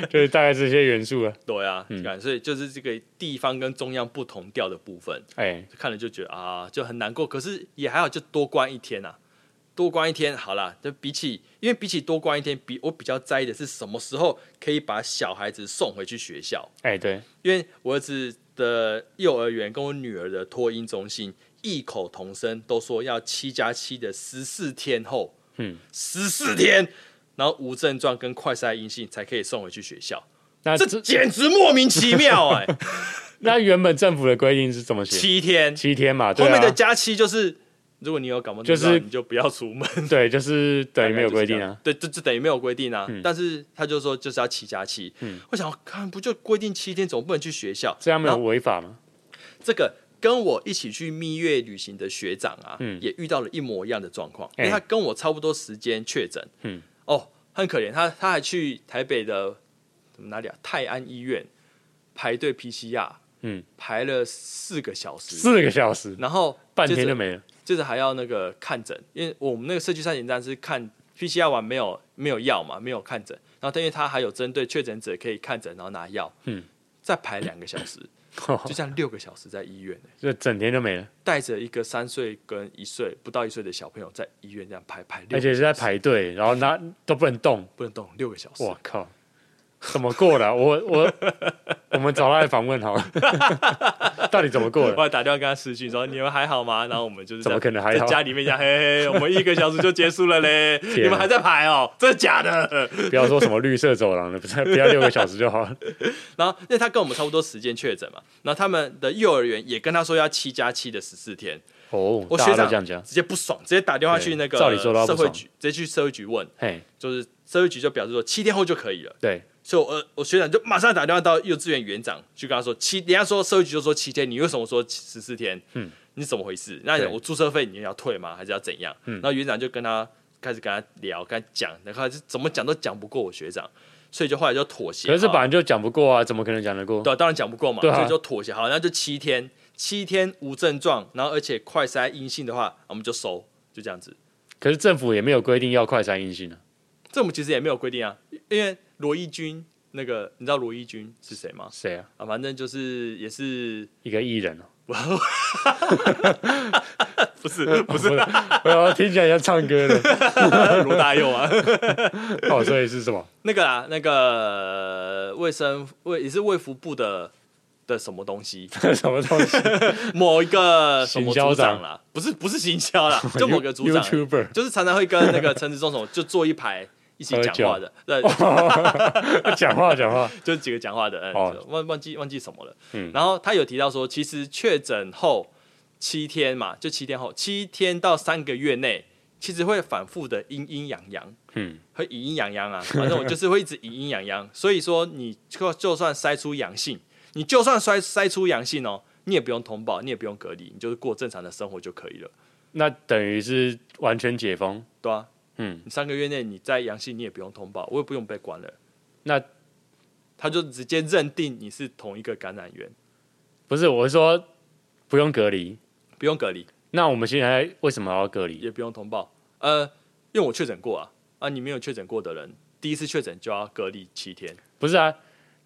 [SPEAKER 2] 就是大概这些元素啊。
[SPEAKER 1] 对啊，感所以就是这个地方跟中央不同调的部分，
[SPEAKER 2] 哎、
[SPEAKER 1] 看了就觉得啊，就很难过。可是也还好，就多关一天啊，多关一天好啦。就比起，因为比起多关一天，比我比较在意的是什么时候可以把小孩子送回去学校。
[SPEAKER 2] 哎、对，
[SPEAKER 1] 因为我儿子的幼儿园跟我女儿的托婴中心异口同声都说要七加七的十四天后，
[SPEAKER 2] 嗯，
[SPEAKER 1] 十四天，然后无症状跟快筛阴性才可以送回去学校，
[SPEAKER 2] 那
[SPEAKER 1] 这
[SPEAKER 2] 啊这
[SPEAKER 1] 简直莫名其妙哎、
[SPEAKER 2] 那原本政府的规定是怎么写？
[SPEAKER 1] 七天，
[SPEAKER 2] 七天嘛，对
[SPEAKER 1] 后
[SPEAKER 2] 啊
[SPEAKER 1] 面，的加七就是，如果你有感冒症
[SPEAKER 2] 就是
[SPEAKER 1] 状，你就不要出门。
[SPEAKER 2] 对，就是等于没有规定
[SPEAKER 1] 大
[SPEAKER 2] 啊。嗯
[SPEAKER 1] 概 就是这样，对，就就等于没有规定啊。但是他就说就是要七加七，我想看不就规定七天，总不能去学校。
[SPEAKER 2] 这样没有
[SPEAKER 1] 然后
[SPEAKER 2] 违法吗？
[SPEAKER 1] 这个跟我一起去蜜月旅行的学长啊，
[SPEAKER 2] 嗯
[SPEAKER 1] 也遇到了一模一样的状况，因
[SPEAKER 2] 哎
[SPEAKER 1] 为他跟我差不多时间确诊，
[SPEAKER 2] 嗯
[SPEAKER 1] 哦，很可怜，他他还去台北的怎么哪里啊泰安医院排队 PCR，
[SPEAKER 2] 嗯，
[SPEAKER 1] 排了四个小时，
[SPEAKER 2] 四个小时，
[SPEAKER 1] 然后
[SPEAKER 2] 半
[SPEAKER 1] 接
[SPEAKER 2] 天
[SPEAKER 1] 着
[SPEAKER 2] 就没了。
[SPEAKER 1] 就是还要那个看诊，因为我们那个社区筛检站是看 PCR 完没有没有药嘛，没有看诊，然后但因为他还有针对确诊者可以看诊，然后拿药，
[SPEAKER 2] 嗯，
[SPEAKER 1] 再排两个小 时，就这样六个小时在医院、欸，
[SPEAKER 2] 就整天就没了，
[SPEAKER 1] 带着一个三岁跟一岁不到一岁的小朋友在医院这样排排六，
[SPEAKER 2] 而且是在排队，然后拿都不能动。
[SPEAKER 1] 不能动六个小时，
[SPEAKER 2] 我靠，怎么过的啊、我我我们找他来访问好了， 到底怎么过
[SPEAKER 1] 我
[SPEAKER 2] 的？
[SPEAKER 1] 还打电话跟他视讯说你们还好吗？然后我们就是在
[SPEAKER 2] 怎么可能还
[SPEAKER 1] 在
[SPEAKER 2] 好
[SPEAKER 1] 家里面讲，嘿嘿，我们一个小时就结束了 嘞，
[SPEAKER 2] 啊
[SPEAKER 1] 你们还在排哦，真的假的？
[SPEAKER 2] 不要说什么绿色走廊了，不是不要六个小时就好了。
[SPEAKER 1] 然后因为他跟我们差不多时间确诊嘛，然后他们的幼儿园也跟他说要七加七的十四天，
[SPEAKER 2] 哦，
[SPEAKER 1] 我
[SPEAKER 2] 大
[SPEAKER 1] 学
[SPEAKER 2] 家
[SPEAKER 1] 长
[SPEAKER 2] 都这样讲，
[SPEAKER 1] 直接不爽，直接打电话去
[SPEAKER 2] 对
[SPEAKER 1] 那个
[SPEAKER 2] 照理说都要不
[SPEAKER 1] 社
[SPEAKER 2] 爽
[SPEAKER 1] 会局，直接去社会局问，
[SPEAKER 2] 嘿，
[SPEAKER 1] 就是社会局就表示说七天后就可以了。
[SPEAKER 2] 对，
[SPEAKER 1] 所以我，呃，我学长就马上打电话到幼稚园园长去跟他说七，人家说社会局就说七天，你为什么说十四天？
[SPEAKER 2] 嗯
[SPEAKER 1] 嗯，你怎么回事？那
[SPEAKER 2] 对
[SPEAKER 1] 我注册费你要退吗？还是要怎样？
[SPEAKER 2] 嗯
[SPEAKER 1] 然后园长就跟他开始跟他聊，跟他讲，然后他就怎么讲都讲不过我学长，所以就后来就妥协。
[SPEAKER 2] 可是
[SPEAKER 1] 好
[SPEAKER 2] 本来就讲不过啊，怎么可能讲得过？
[SPEAKER 1] 哦对啊、当然讲不过嘛，
[SPEAKER 2] 对啊
[SPEAKER 1] 所以就妥协，好，那就七天，七天无症状，然后而且快筛阴性的话，我们就收，就这样子。
[SPEAKER 2] 可是政府也没有规定要快餐阴性啊。
[SPEAKER 1] 这我们其实也没有规定啊，因为罗伊军那个，你知道罗伊军是谁吗？
[SPEAKER 2] 谁啊？
[SPEAKER 1] 啊，反正就是也是
[SPEAKER 2] 一个艺人哦、
[SPEAKER 1] 不 是不是
[SPEAKER 2] 我要听起来像唱歌的
[SPEAKER 1] 罗大佑啊，
[SPEAKER 2] 哦，所以是什么？
[SPEAKER 1] 那个啊，那个卫生卫也是卫福部的的什么东西，
[SPEAKER 2] 什么东西？
[SPEAKER 1] 某一个什么
[SPEAKER 2] 行销
[SPEAKER 1] 组
[SPEAKER 2] 长
[SPEAKER 1] 长啦，不是不是行销啦，就某个组长，
[SPEAKER 2] YouTuber
[SPEAKER 1] 就是常常会跟那个陈志忠什么就坐一排一起讲话的，对，
[SPEAKER 2] 啊讲话讲话，
[SPEAKER 1] 就几个讲话的，嗯，
[SPEAKER 2] 哦
[SPEAKER 1] 就忘忘记忘记什么了。
[SPEAKER 2] 嗯
[SPEAKER 1] 然后他有提到说，其实确诊后七天嘛，就七天后，七天到三个月内，其实会反复的阴阴阳阳，
[SPEAKER 2] 嗯，
[SPEAKER 1] 会隐阴阳 阳啊，反正我就是会一直隐阴阳阳。所以说，你就就算筛出阳性，你就算筛筛出阳性哦，你也不用通报，你也不用隔离，你就是过正常的生活就可以了，
[SPEAKER 2] 那等于是完全解封。
[SPEAKER 1] 对啊，
[SPEAKER 2] 嗯，
[SPEAKER 1] 你三个月内你再阳性，你也不用通报，我也不用被关了。
[SPEAKER 2] 那
[SPEAKER 1] 他就直接认定你是同一个感染源，
[SPEAKER 2] 不是我是说不用隔离，
[SPEAKER 1] 不用隔离，
[SPEAKER 2] 那我们现在为什么要隔离？
[SPEAKER 1] 也不用通报。呃，因为我确诊过啊，啊，你没有确诊过的人，第一次确诊就要隔离七天。
[SPEAKER 2] 不是啊，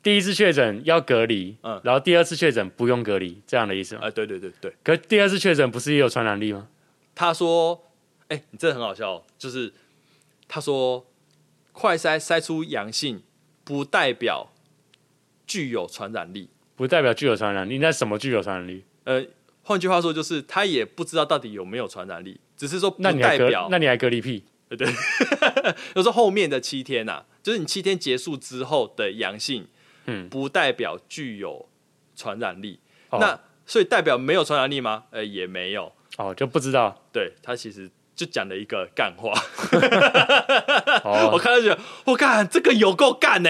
[SPEAKER 2] 第一次确诊要隔离，
[SPEAKER 1] 嗯
[SPEAKER 2] 然后第二次确诊不用隔离，这样的意思吗？
[SPEAKER 1] 哎，对对对对，
[SPEAKER 2] 可第二次确诊不是也有传染力吗？
[SPEAKER 1] 他说，哎、你真的很好笑哦、就是他说快筛筛出阳性不代表具有传染力，
[SPEAKER 2] 不代表具有传染力，那什么具有传染力？
[SPEAKER 1] 呃，换句话说就是他也不知道到底有没有传染力，只是说不
[SPEAKER 2] 那你还
[SPEAKER 1] 代
[SPEAKER 2] 隔
[SPEAKER 1] 表，
[SPEAKER 2] 那你还隔离屁？
[SPEAKER 1] 就说后面的七天呐、啊就是你七天结束之后的阳性，
[SPEAKER 2] 嗯
[SPEAKER 1] 不代表具有传染力。
[SPEAKER 2] 哦
[SPEAKER 1] 那所以代表没有传染力吗？呃，也没有。
[SPEAKER 2] 哦，就不知 道
[SPEAKER 1] 对他其实就讲了一个干话，我
[SPEAKER 2] 哦，
[SPEAKER 1] 看到就觉得，我干这个有够干呢。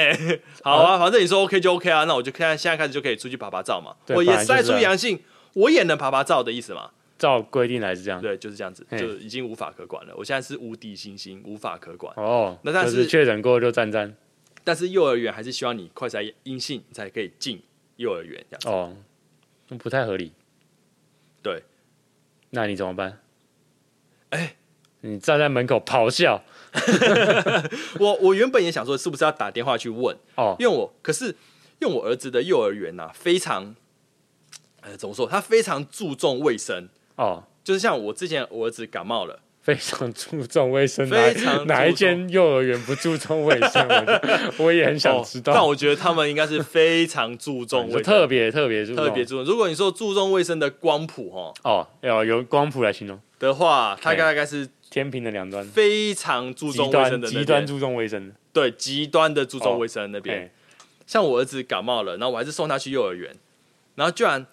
[SPEAKER 1] 好啊，反正你说 OK 就 OK 啊，那我就现在现在开始就可以出去爬爬照嘛。
[SPEAKER 2] 对
[SPEAKER 1] 我也
[SPEAKER 2] 本来就是啊
[SPEAKER 1] 筛出阳性，我也能爬爬照的意思嘛。
[SPEAKER 2] 照规定来是这样。
[SPEAKER 1] 对，就是这样子，
[SPEAKER 2] 嗯嘿
[SPEAKER 1] 就已经无法可管了。我现在是无敌星星，无法可管。
[SPEAKER 2] 哦，
[SPEAKER 1] 那但
[SPEAKER 2] 就是是确诊过就站站
[SPEAKER 1] 但是幼儿园还是希望你快筛阴性你才可以进幼儿园这样子。
[SPEAKER 2] 哦，那不太合理。
[SPEAKER 1] 对，
[SPEAKER 2] 那你怎么办？
[SPEAKER 1] 哎
[SPEAKER 2] 你站在门口咆哮
[SPEAKER 1] 我我原本也想说，是不是要打电话去问？
[SPEAKER 2] 哦，
[SPEAKER 1] 因为我可是用我儿子的幼儿园呐、啊非常，呃，怎么说？他非常注重卫生。
[SPEAKER 2] 哦，
[SPEAKER 1] 就是像我之前我儿子感冒了，
[SPEAKER 2] 非常注重卫生，
[SPEAKER 1] 非常注重
[SPEAKER 2] 哪哪一间幼儿园不注重卫生？我 我也很想知道。
[SPEAKER 1] 哦但我觉得他们应该是非常注重
[SPEAKER 2] 你
[SPEAKER 1] 卫生，
[SPEAKER 2] 说特别特别注重
[SPEAKER 1] 特别注重。如果你说注重卫生的光谱哦
[SPEAKER 2] 哦，要有光谱来形容，
[SPEAKER 1] 的话，他
[SPEAKER 2] 嘿
[SPEAKER 1] 大概是
[SPEAKER 2] 天平的两端，
[SPEAKER 1] 非常注
[SPEAKER 2] 极
[SPEAKER 1] 重卫生
[SPEAKER 2] 端
[SPEAKER 1] 的那
[SPEAKER 2] 极
[SPEAKER 1] 边
[SPEAKER 2] 端注重卫生的。
[SPEAKER 1] 对极端的注重
[SPEAKER 2] 哦
[SPEAKER 1] 卫生那边。
[SPEAKER 2] 哎，
[SPEAKER 1] 像我儿子感冒了，然后我还是送他去幼儿园，然后居然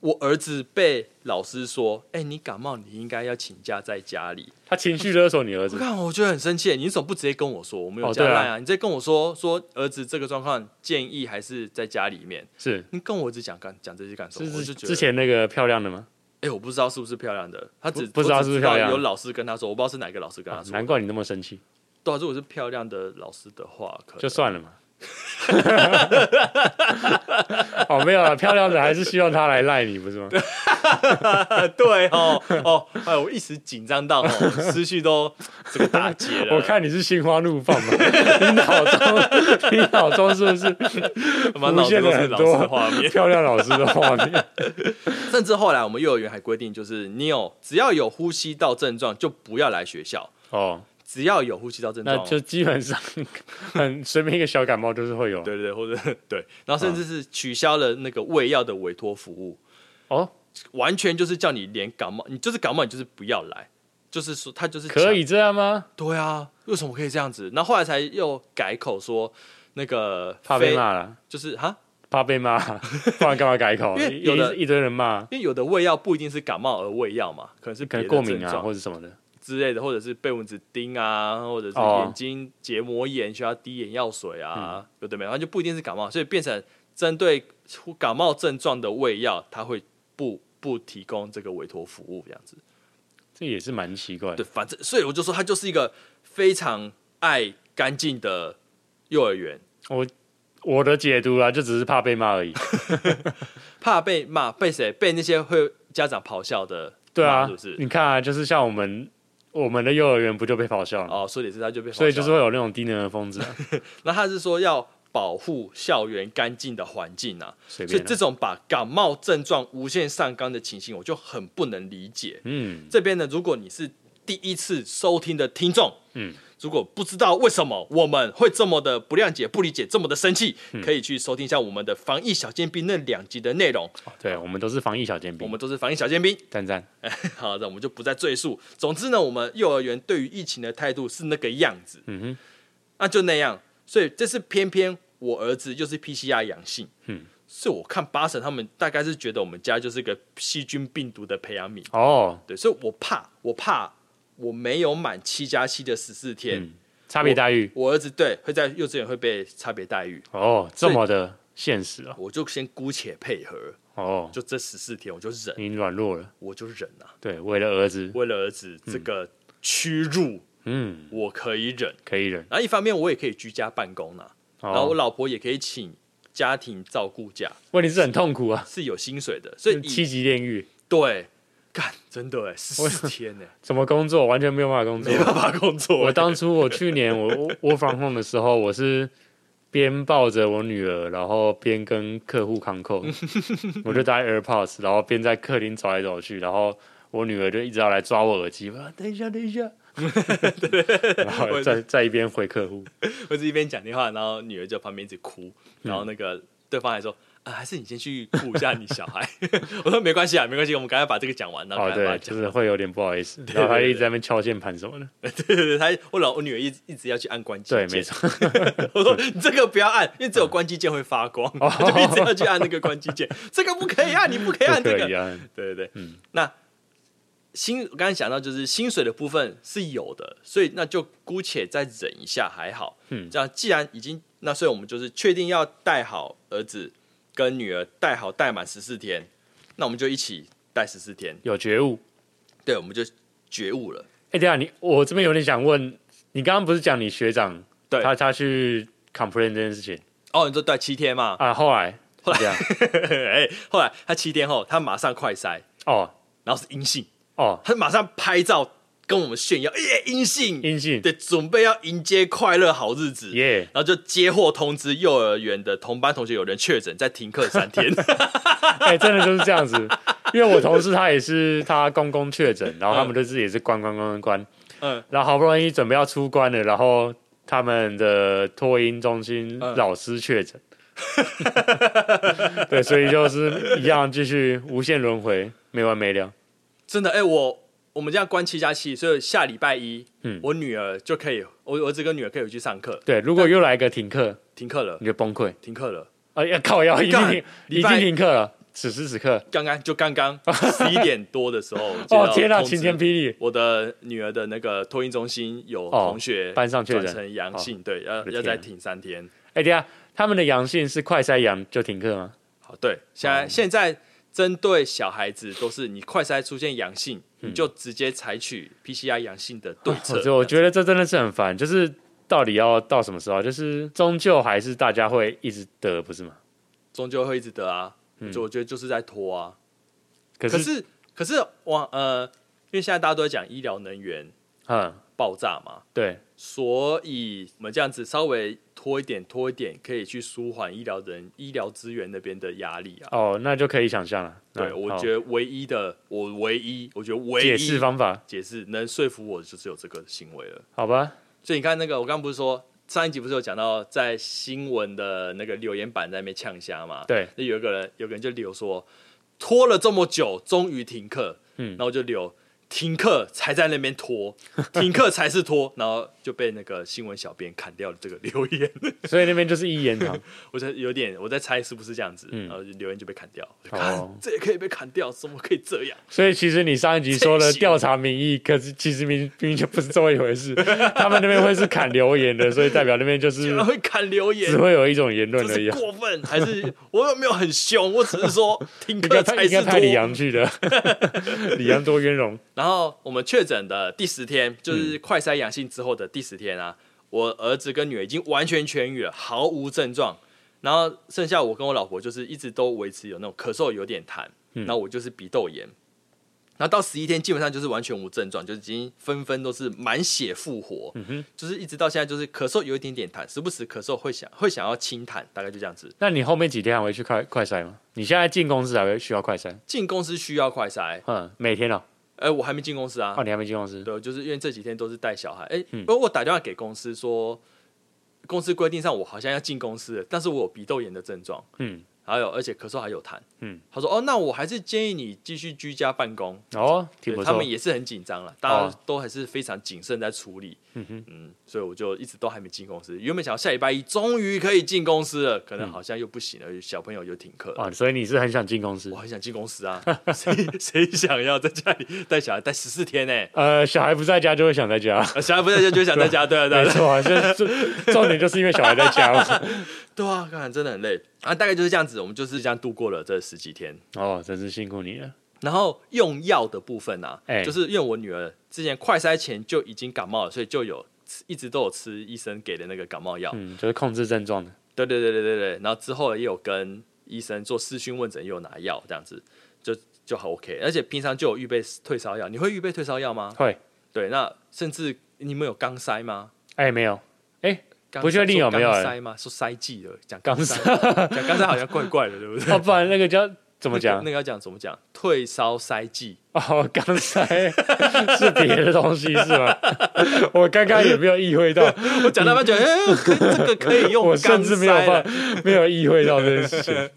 [SPEAKER 1] 我儿子被老师说：“哎、你感冒，你应该要请假在家里。
[SPEAKER 2] 他情绪勒索你儿”
[SPEAKER 1] 我
[SPEAKER 2] 子，
[SPEAKER 1] 看我觉得很生气，你怎么不直接跟我说？我没有
[SPEAKER 2] 哦
[SPEAKER 1] 加
[SPEAKER 2] 对啊
[SPEAKER 1] 赖啊，你直接跟我说说儿子这个状况，建议还是在家里面。
[SPEAKER 2] 是
[SPEAKER 1] 你跟我儿子讲感讲这些感受，
[SPEAKER 2] 是
[SPEAKER 1] 我
[SPEAKER 2] 是
[SPEAKER 1] 就觉
[SPEAKER 2] 之
[SPEAKER 1] 得，
[SPEAKER 2] 前那个漂亮的吗？
[SPEAKER 1] 哎、我不知道是不是漂亮的，他只
[SPEAKER 2] 不不知道
[SPEAKER 1] 我
[SPEAKER 2] 是
[SPEAKER 1] 只
[SPEAKER 2] 不是漂亮
[SPEAKER 1] 有老师跟他说，我不知道是哪个老师跟他
[SPEAKER 2] 啊
[SPEAKER 1] 说。
[SPEAKER 2] 难怪你那么生气，
[SPEAKER 1] 对啊、如果是漂亮的老师的话，可能
[SPEAKER 2] 就算了嘛。 哦，没有了，漂亮的还是希望他来赖你，不是
[SPEAKER 1] 啊
[SPEAKER 2] 吗？
[SPEAKER 1] 对哦哦，哎，我一时紧张到哦，思绪都这个打结了。
[SPEAKER 2] 我看你是心花怒放嘛，你脑中， 你脑中是不是
[SPEAKER 1] 满脑
[SPEAKER 2] 浮
[SPEAKER 1] 子
[SPEAKER 2] 现
[SPEAKER 1] 都
[SPEAKER 2] 了
[SPEAKER 1] 是老师
[SPEAKER 2] 很
[SPEAKER 1] 的
[SPEAKER 2] 多
[SPEAKER 1] 画 面。
[SPEAKER 2] 漂亮老师的画面？
[SPEAKER 1] 甚至后来我们幼儿园还规定，就是你有只要有呼吸道症状就不要来学校，
[SPEAKER 2] 哦，
[SPEAKER 1] 只要有呼吸道症
[SPEAKER 2] 那
[SPEAKER 1] 状哦，
[SPEAKER 2] 就基本上很 随便一个小感冒就是会有。
[SPEAKER 1] 对对对，或 者对，然后甚至
[SPEAKER 2] 嗯
[SPEAKER 1] 是取消了那个喂药的委托服务，
[SPEAKER 2] 哦，
[SPEAKER 1] 完全就是叫你连感冒，你就是感冒，你就是不要来。就是说，他就是
[SPEAKER 2] 可
[SPEAKER 1] 强
[SPEAKER 2] 以这样吗？
[SPEAKER 1] 对啊，为什么可以这样子？然后后来才又改口说，那个
[SPEAKER 2] 怕被
[SPEAKER 1] 非，
[SPEAKER 2] 骂了，
[SPEAKER 1] 就是哈，
[SPEAKER 2] 怕被骂，不然干嘛改口？
[SPEAKER 1] 因为
[SPEAKER 2] 一
[SPEAKER 1] 有的
[SPEAKER 2] 一堆人骂，
[SPEAKER 1] 因为有的喂药不一定是感冒而喂药嘛，可能是
[SPEAKER 2] 可
[SPEAKER 1] 别的
[SPEAKER 2] 能过敏
[SPEAKER 1] 症
[SPEAKER 2] 啊
[SPEAKER 1] 状
[SPEAKER 2] 或者什么的。
[SPEAKER 1] 之类的，或者是被蚊子叮啊，或者是
[SPEAKER 2] 哦嗯
[SPEAKER 1] 眼睛结膜炎需要滴眼药水啊，有的没有，它就不一定是感冒，所以变成针对感冒症状的胃药，它会不不提供这个委托服务这样子。
[SPEAKER 2] 这也是蛮奇怪
[SPEAKER 1] 对，
[SPEAKER 2] 的，
[SPEAKER 1] 反正所以我就说，它就是一个非常爱干净的幼儿园，
[SPEAKER 2] 我的解读啦，就只是怕被骂而已。
[SPEAKER 1] 怕被骂，被谁？被那些会家长咆哮的骂，
[SPEAKER 2] 对啊，
[SPEAKER 1] 是不是？
[SPEAKER 2] 你看啊，就是像我们我们的幼儿园不就被咆哮了，
[SPEAKER 1] 哦，说点是他就被咆哮
[SPEAKER 2] 所
[SPEAKER 1] 了，
[SPEAKER 2] 以就是会有那种低能的疯子啊，
[SPEAKER 1] 那他是说要保护校园干净的环境啊，
[SPEAKER 2] 随
[SPEAKER 1] 所以
[SPEAKER 2] 便
[SPEAKER 1] 这
[SPEAKER 2] 啊。
[SPEAKER 1] 种把感冒症状无限上纲的情形，我就很不能理解。
[SPEAKER 2] 嗯，
[SPEAKER 1] 这边呢，如果你是第一次收听的听众，
[SPEAKER 2] 嗯，
[SPEAKER 1] 如果不知道为什么我们会这么的不谅解、不理解、这么的生气，可以去收听一下我们的防疫小尖兵那两集的内容。
[SPEAKER 2] 对，我们都是防疫小尖兵，
[SPEAKER 1] 我们都是防疫小尖兵，
[SPEAKER 2] 赞赞。
[SPEAKER 1] 好的，我们就不再赘述。总之呢，我们幼儿园对于疫情的态度是那个样子，
[SPEAKER 2] 嗯哼，
[SPEAKER 1] 那就那样。所以这是偏偏我儿子就是 PCR 阳性，
[SPEAKER 2] 嗯，
[SPEAKER 1] 所以我看八成他们大概是觉得我们家就是个细菌病毒的培养皿，
[SPEAKER 2] 哦，
[SPEAKER 1] 对，所以我怕，我怕我没有满七加七的十四天，
[SPEAKER 2] 嗯，差别待遇，
[SPEAKER 1] 我儿子对会在幼稚园会被差别待遇，
[SPEAKER 2] 哦，这么的现实哦，
[SPEAKER 1] 我就先姑且配合，
[SPEAKER 2] 哦，
[SPEAKER 1] 就这十四天我就忍，
[SPEAKER 2] 你软弱了，
[SPEAKER 1] 我就忍啊，
[SPEAKER 2] 对，为了儿子，
[SPEAKER 1] 为了儿子这个屈辱，
[SPEAKER 2] 嗯，
[SPEAKER 1] 我可以忍。
[SPEAKER 2] 可以忍。
[SPEAKER 1] 然后一方面我也可以居家办公啦、然后我
[SPEAKER 2] 哦，
[SPEAKER 1] 老婆也可以请家庭照顾假，
[SPEAKER 2] 问题是很痛苦啊，
[SPEAKER 1] 是有薪水的，所以以
[SPEAKER 2] 七级炼狱，
[SPEAKER 1] 对，干真的哎，十四天哎，
[SPEAKER 2] 怎么工作完全没有办法工作
[SPEAKER 1] 没。办法工作欸。
[SPEAKER 2] 我当初我去年我我我 from home 的时候，我是边抱着我女儿，然后边跟客户康扣， 我就戴 AirPods，然后边在客厅走来走去，然后我女儿就一直要来抓我耳机，我说等一下，等一下， 然后在在一边回客户，
[SPEAKER 1] 我是一边讲电话，然后女儿就旁边一直哭，
[SPEAKER 2] 嗯
[SPEAKER 1] 然后那个对方还说。啊，还是你先去顾一下你小孩。 我说没关系啊，没关系，我们赶快把这个讲完，然后
[SPEAKER 2] 哦
[SPEAKER 1] 赶快把它
[SPEAKER 2] 对，
[SPEAKER 1] 讲。
[SPEAKER 2] 就是会有点不好意思，然后他一直在那边敲键盘什么的，
[SPEAKER 1] 对对对，他我老我女儿一直一直要去按关机
[SPEAKER 2] 对，
[SPEAKER 1] 键，
[SPEAKER 2] 没。错，
[SPEAKER 1] 我说你这个不要按，因为只有关机键会发光，
[SPEAKER 2] 哦
[SPEAKER 1] 她 就一直要去按那个关机键。这个不可以啊按，你不可以按这
[SPEAKER 2] 可
[SPEAKER 1] 哎个
[SPEAKER 2] 以。啊，
[SPEAKER 1] 对对对，
[SPEAKER 2] 嗯
[SPEAKER 1] 那薪我刚才讲到就是薪水的部分是有的，所以那就姑且再忍一下还好。
[SPEAKER 2] 嗯
[SPEAKER 1] 这样既然已经那，所以我们就是确定要带好儿子跟女儿，带好带满十四天，那我们就一起带十四天。
[SPEAKER 2] 有觉悟。
[SPEAKER 1] 对，我们就觉悟了。
[SPEAKER 2] 哎、等一下你我这边有点想问，你刚刚不是讲你学长
[SPEAKER 1] 对
[SPEAKER 2] 他他去 complain 这件事情
[SPEAKER 1] 哦，你说带七天嘛？
[SPEAKER 2] 啊？后来
[SPEAKER 1] 后来
[SPEAKER 2] 是这 样
[SPEAKER 1] 哎、后来他七天后，他马上快筛，
[SPEAKER 2] 哦
[SPEAKER 1] 然后是阴性，
[SPEAKER 2] 哦，
[SPEAKER 1] 他马上拍照跟我们炫耀，耶、阴性，
[SPEAKER 2] 阴性
[SPEAKER 1] 对，准备要迎接快乐好日子，
[SPEAKER 2] 耶
[SPEAKER 1] 然后就接获通知，幼儿园的同班同学有人确诊，在停课三 天。
[SPEAKER 2] 哎、真的就是这样子。因为我同事他也是他公公确诊，然后他们就是也是关关关关关，
[SPEAKER 1] 嗯，
[SPEAKER 2] 然后好不容易准备要出关了，然后他们的托婴中心
[SPEAKER 1] 嗯
[SPEAKER 2] 老师确诊， 对，所以就是一样继续无限轮回，没完没了。
[SPEAKER 1] 真的，哎、我我们这样关七加七，所以下礼拜一，
[SPEAKER 2] 嗯
[SPEAKER 1] 我女儿就可以，我我儿子跟女儿可以回去上课，
[SPEAKER 2] 对，如果又来个停课，
[SPEAKER 1] 停课了
[SPEAKER 2] 你，就崩溃。
[SPEAKER 1] 停课了，
[SPEAKER 2] 哎呀，靠腰已经
[SPEAKER 1] 干
[SPEAKER 2] 停，已
[SPEAKER 1] 礼拜
[SPEAKER 2] 经停课了。此时此刻，
[SPEAKER 1] 刚刚就刚 刚十一点多的时候，我接到
[SPEAKER 2] 哦天哪，
[SPEAKER 1] 通知
[SPEAKER 2] 晴天霹雳！
[SPEAKER 1] 我的女儿的那个托婴中心有
[SPEAKER 2] 哦
[SPEAKER 1] 同学
[SPEAKER 2] 班上确诊
[SPEAKER 1] 转成阳性，对，要
[SPEAKER 2] 我的
[SPEAKER 1] 要
[SPEAKER 2] 天
[SPEAKER 1] 再
[SPEAKER 2] 啊
[SPEAKER 1] 停三天。
[SPEAKER 2] 哎，等一下，他们的阳性是快筛阳就停课吗？
[SPEAKER 1] 好，哦对，现
[SPEAKER 2] 哦
[SPEAKER 1] 在、现在针对小孩子都是你快筛出现阳性，
[SPEAKER 2] 嗯
[SPEAKER 1] 你就直接采取 PCR 阳性的对策。
[SPEAKER 2] 哦我我觉得这真的是很烦，就是到底要到什么时候？就是终究还是大家会一直得，不是吗？
[SPEAKER 1] 终究会一直得啊，就我觉得就是在拖啊。
[SPEAKER 2] 嗯可
[SPEAKER 1] 可
[SPEAKER 2] 是，
[SPEAKER 1] 是可是往呃，因为现在大家都在讲医疗能源
[SPEAKER 2] 嗯，
[SPEAKER 1] 爆炸嘛，
[SPEAKER 2] 对，
[SPEAKER 1] 所以我们这样子稍微拖一点拖一点，可以去舒缓医疗人医疗资源那边的压力啊。
[SPEAKER 2] 哦，那就可以想象了。
[SPEAKER 1] 对，
[SPEAKER 2] 嗯
[SPEAKER 1] 我
[SPEAKER 2] 好
[SPEAKER 1] 觉得唯一的，我唯一，我觉得唯一
[SPEAKER 2] 解释方法，
[SPEAKER 1] 解释能说服我，就只有这个行为了。
[SPEAKER 2] 好吧，
[SPEAKER 1] 所以你看那个，我刚刚不是说上一集不是有讲到在新闻的那个留言板在那边呛虾嘛？
[SPEAKER 2] 对，
[SPEAKER 1] 那有一个人，有个人就留说，拖了这么久，终于停课。
[SPEAKER 2] 嗯
[SPEAKER 1] 嗯，然后我就留停课才在那边拖，停课才是拖，然后就被那个新闻小编砍掉了这个留言。
[SPEAKER 2] 所以那边就是一 言堂。
[SPEAKER 1] 我就有点我在猜是不是这样子，
[SPEAKER 2] 嗯
[SPEAKER 1] 然后就留言就被砍掉。我就
[SPEAKER 2] 哦
[SPEAKER 1] 看这也可以被砍掉，怎么可以这样？
[SPEAKER 2] 所以其实你上一集说了
[SPEAKER 1] 这一集
[SPEAKER 2] 调查民意，可是其实明明明就不是这么一回事。他们那边会是砍留言的，所以代表那边就是
[SPEAKER 1] 竟然会砍留言
[SPEAKER 2] 只，会有一种言论
[SPEAKER 1] 这
[SPEAKER 2] 而已
[SPEAKER 1] 是
[SPEAKER 2] 啊。
[SPEAKER 1] 过分还是我又没有很凶？我只是 说停
[SPEAKER 2] 应该
[SPEAKER 1] 课
[SPEAKER 2] 派
[SPEAKER 1] 才
[SPEAKER 2] 应该
[SPEAKER 1] 是
[SPEAKER 2] 派李
[SPEAKER 1] 拖。
[SPEAKER 2] 阳去的，李阳多冤容。
[SPEAKER 1] 然后我们确诊的第十天，
[SPEAKER 2] 嗯
[SPEAKER 1] 就是快筛阳性之后的第十天啊，我儿子跟女儿已经完全痊愈了，毫无症状。然后剩下我跟我老婆就是一直都维持有那种咳嗽有点痰，
[SPEAKER 2] 嗯
[SPEAKER 1] 然后我就是鼻窦炎。然后到十一天基本上就是完全无症状，就是已经纷纷都是满血复活，
[SPEAKER 2] 嗯哼
[SPEAKER 1] 就是一直到现在就是咳嗽有一点点痰，时不时咳嗽会想会想要清痰，大概就这样子。
[SPEAKER 2] 那你后面几天还会去快快筛吗？你现在进公司还会需要快筛？
[SPEAKER 1] 进公司需要快筛，
[SPEAKER 2] 嗯，每天哦，
[SPEAKER 1] 哎、我还没进公司啊
[SPEAKER 2] 哦，。你还没进公司？
[SPEAKER 1] 对，就是因为这几天都是带小孩。哎、
[SPEAKER 2] 嗯
[SPEAKER 1] 不过我打电话给公司说，公司规定上我好像要进公司了，但是我有鼻窦炎的症状，
[SPEAKER 2] 嗯，
[SPEAKER 1] 还有而且咳嗽还有痰。
[SPEAKER 2] 嗯，
[SPEAKER 1] 他说哦，那我还是建议你继续居家办公。
[SPEAKER 2] 哦，挺
[SPEAKER 1] 对
[SPEAKER 2] 不
[SPEAKER 1] 他
[SPEAKER 2] 错
[SPEAKER 1] 们。也是很紧张了，大
[SPEAKER 2] 哦
[SPEAKER 1] 家都还是非常谨慎在处理。
[SPEAKER 2] 嗯哼，
[SPEAKER 1] 嗯，所以我就一直都还没进公司。原本想要下礼拜一终于可以进公司了，可
[SPEAKER 2] 嗯
[SPEAKER 1] 能好像又不行了，小朋友又停课了。
[SPEAKER 2] 哦，所以你是很想进公司
[SPEAKER 1] 我？很想进公司啊， 谁谁想要在家里带小孩带十四天呢、
[SPEAKER 2] 呃，小孩不在家就会想在家，
[SPEAKER 1] 啊，小孩不在家就想在家，对啊，对啊，
[SPEAKER 2] 没
[SPEAKER 1] 对啊，
[SPEAKER 2] 错啊，这 这重点就是因为小孩在家嘛。
[SPEAKER 1] 对啊，看真的很累啊，大概就是这样子，我们就是这样度过了这十几天。
[SPEAKER 2] 哦，真是辛苦你了。
[SPEAKER 1] 然后用药的部分啊，
[SPEAKER 2] 哎
[SPEAKER 1] 就是因为我女儿之前快筛前就已经感冒了，所以就有吃一直都有吃医生给的那个感冒药。
[SPEAKER 2] 嗯，就是控制症状的。
[SPEAKER 1] 对对对对对对，然后之后也有跟医生做视讯问诊，也有拿药这样子，就就好 OK。而且平常就有预备退烧药，你会预备退烧药吗？
[SPEAKER 2] 会，
[SPEAKER 1] 对，那甚至你们有肛塞吗？
[SPEAKER 2] 哎，没有，哎，
[SPEAKER 1] 刚
[SPEAKER 2] 不确定有没有
[SPEAKER 1] 说
[SPEAKER 2] 欸
[SPEAKER 1] 刚塞吗？说塞剂了，讲
[SPEAKER 2] 刚
[SPEAKER 1] 刚塞，讲刚塞好像怪怪的，对不对？
[SPEAKER 2] 哦，不然那个 叫怎么讲
[SPEAKER 1] 那个？那个要讲怎么讲？退烧塞剂，
[SPEAKER 2] 哦，刚才是别的东西是 吗？我刚刚也没有意会到，
[SPEAKER 1] 我讲到半觉得，哎、可以这个可以用
[SPEAKER 2] 我
[SPEAKER 1] 钢
[SPEAKER 2] 甚至没有
[SPEAKER 1] 塞
[SPEAKER 2] 办
[SPEAKER 1] 了，
[SPEAKER 2] 没有意会到这件事情。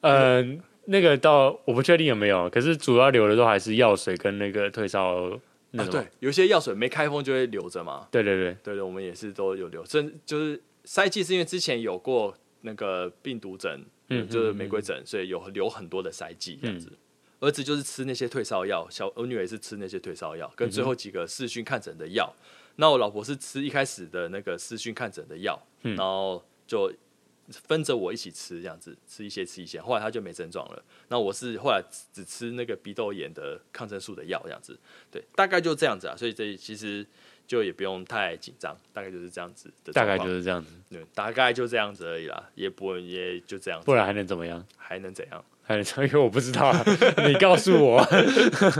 [SPEAKER 2] 呃，那个到我不确定有没有，可是主要留的都还是药水跟那个退烧那
[SPEAKER 1] 啊
[SPEAKER 2] 种。
[SPEAKER 1] 对，有些药水没开封就会留着嘛。
[SPEAKER 2] 对对对
[SPEAKER 1] 对对，我们也是都有留，真就是塞剂是因为之前有过那个病毒疹，
[SPEAKER 2] 嗯
[SPEAKER 1] 就是玫瑰疹，所以有留很多的塞剂这样子。儿子就是吃那些退烧药，小我女儿也是吃那些退烧药，
[SPEAKER 2] 嗯
[SPEAKER 1] 跟最后几个视讯看诊的药。那我老婆是吃一开始的那个视讯看诊的药，
[SPEAKER 2] 嗯
[SPEAKER 1] 然后就分着我一起吃，这样子吃一些吃一些。后来她就没症状了。那我是后来只吃那个鼻窦炎的抗生素的药，这样子。对，大概就这样子啊。所以这其实就也不用太紧张，大概就是这样子的
[SPEAKER 2] 大
[SPEAKER 1] 状
[SPEAKER 2] 概
[SPEAKER 1] 况。
[SPEAKER 2] 就是这样子，
[SPEAKER 1] 对大概就这样子而已啦，也不也就这样子，
[SPEAKER 2] 不然还能怎么样？
[SPEAKER 1] 还能怎样？
[SPEAKER 2] 还能因为我不知道 啊，你告诉我。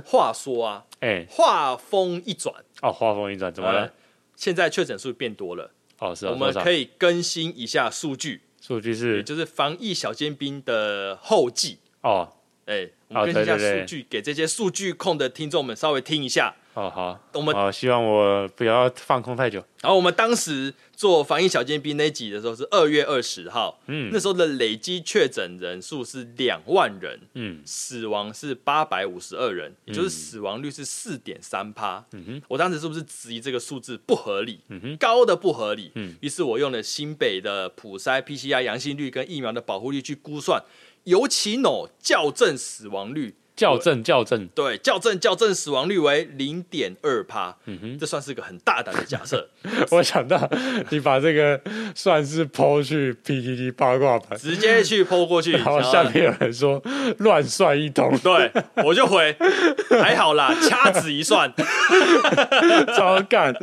[SPEAKER 1] 话说啊，
[SPEAKER 2] 哎，
[SPEAKER 1] 话锋一转，
[SPEAKER 2] 哦，话锋一转，怎么
[SPEAKER 1] 呃
[SPEAKER 2] 了？
[SPEAKER 1] 现在确诊数变多了，
[SPEAKER 2] 哦，是啊
[SPEAKER 1] 我们可以更新一下数据，
[SPEAKER 2] 数据
[SPEAKER 1] 也
[SPEAKER 2] 是
[SPEAKER 1] 就是防疫小尖兵的后记。
[SPEAKER 2] 哦
[SPEAKER 1] 哎，我
[SPEAKER 2] 哦
[SPEAKER 1] 们更新一下
[SPEAKER 2] 对对对
[SPEAKER 1] 数据，给这些数据控的听众们稍微听一下。
[SPEAKER 2] 哦好，
[SPEAKER 1] 我们
[SPEAKER 2] 哦希望我不要放空太久。
[SPEAKER 1] 然后我们当时做防疫小尖兵那一集的时候是二月二十号，
[SPEAKER 2] 嗯
[SPEAKER 1] 那时候的累积确诊人数是两万人，
[SPEAKER 2] 嗯
[SPEAKER 1] 死亡是八百五十二人，也就是死亡率是四点三趴。
[SPEAKER 2] 嗯哼
[SPEAKER 1] 我当时是不是质疑这个数字不合理，
[SPEAKER 2] 嗯哼
[SPEAKER 1] 高的不合理？
[SPEAKER 2] 嗯
[SPEAKER 1] 于是我用了新北的普筛、PCR 阳性率跟疫苗的保护率去估算，尤其喏校正死亡率，
[SPEAKER 2] 校正校正，
[SPEAKER 1] 对，校正校正死亡率为零点二趴。
[SPEAKER 2] 嗯哼。
[SPEAKER 1] 这算是个很大胆的假设，
[SPEAKER 2] 我想到你把这个算是抛去 PTT 八卦版，
[SPEAKER 1] 直接去抛过 去，
[SPEAKER 2] 然后下面有人说乱算一通，
[SPEAKER 1] 对我就 回，还好啦，掐指一算，
[SPEAKER 2] 超 干，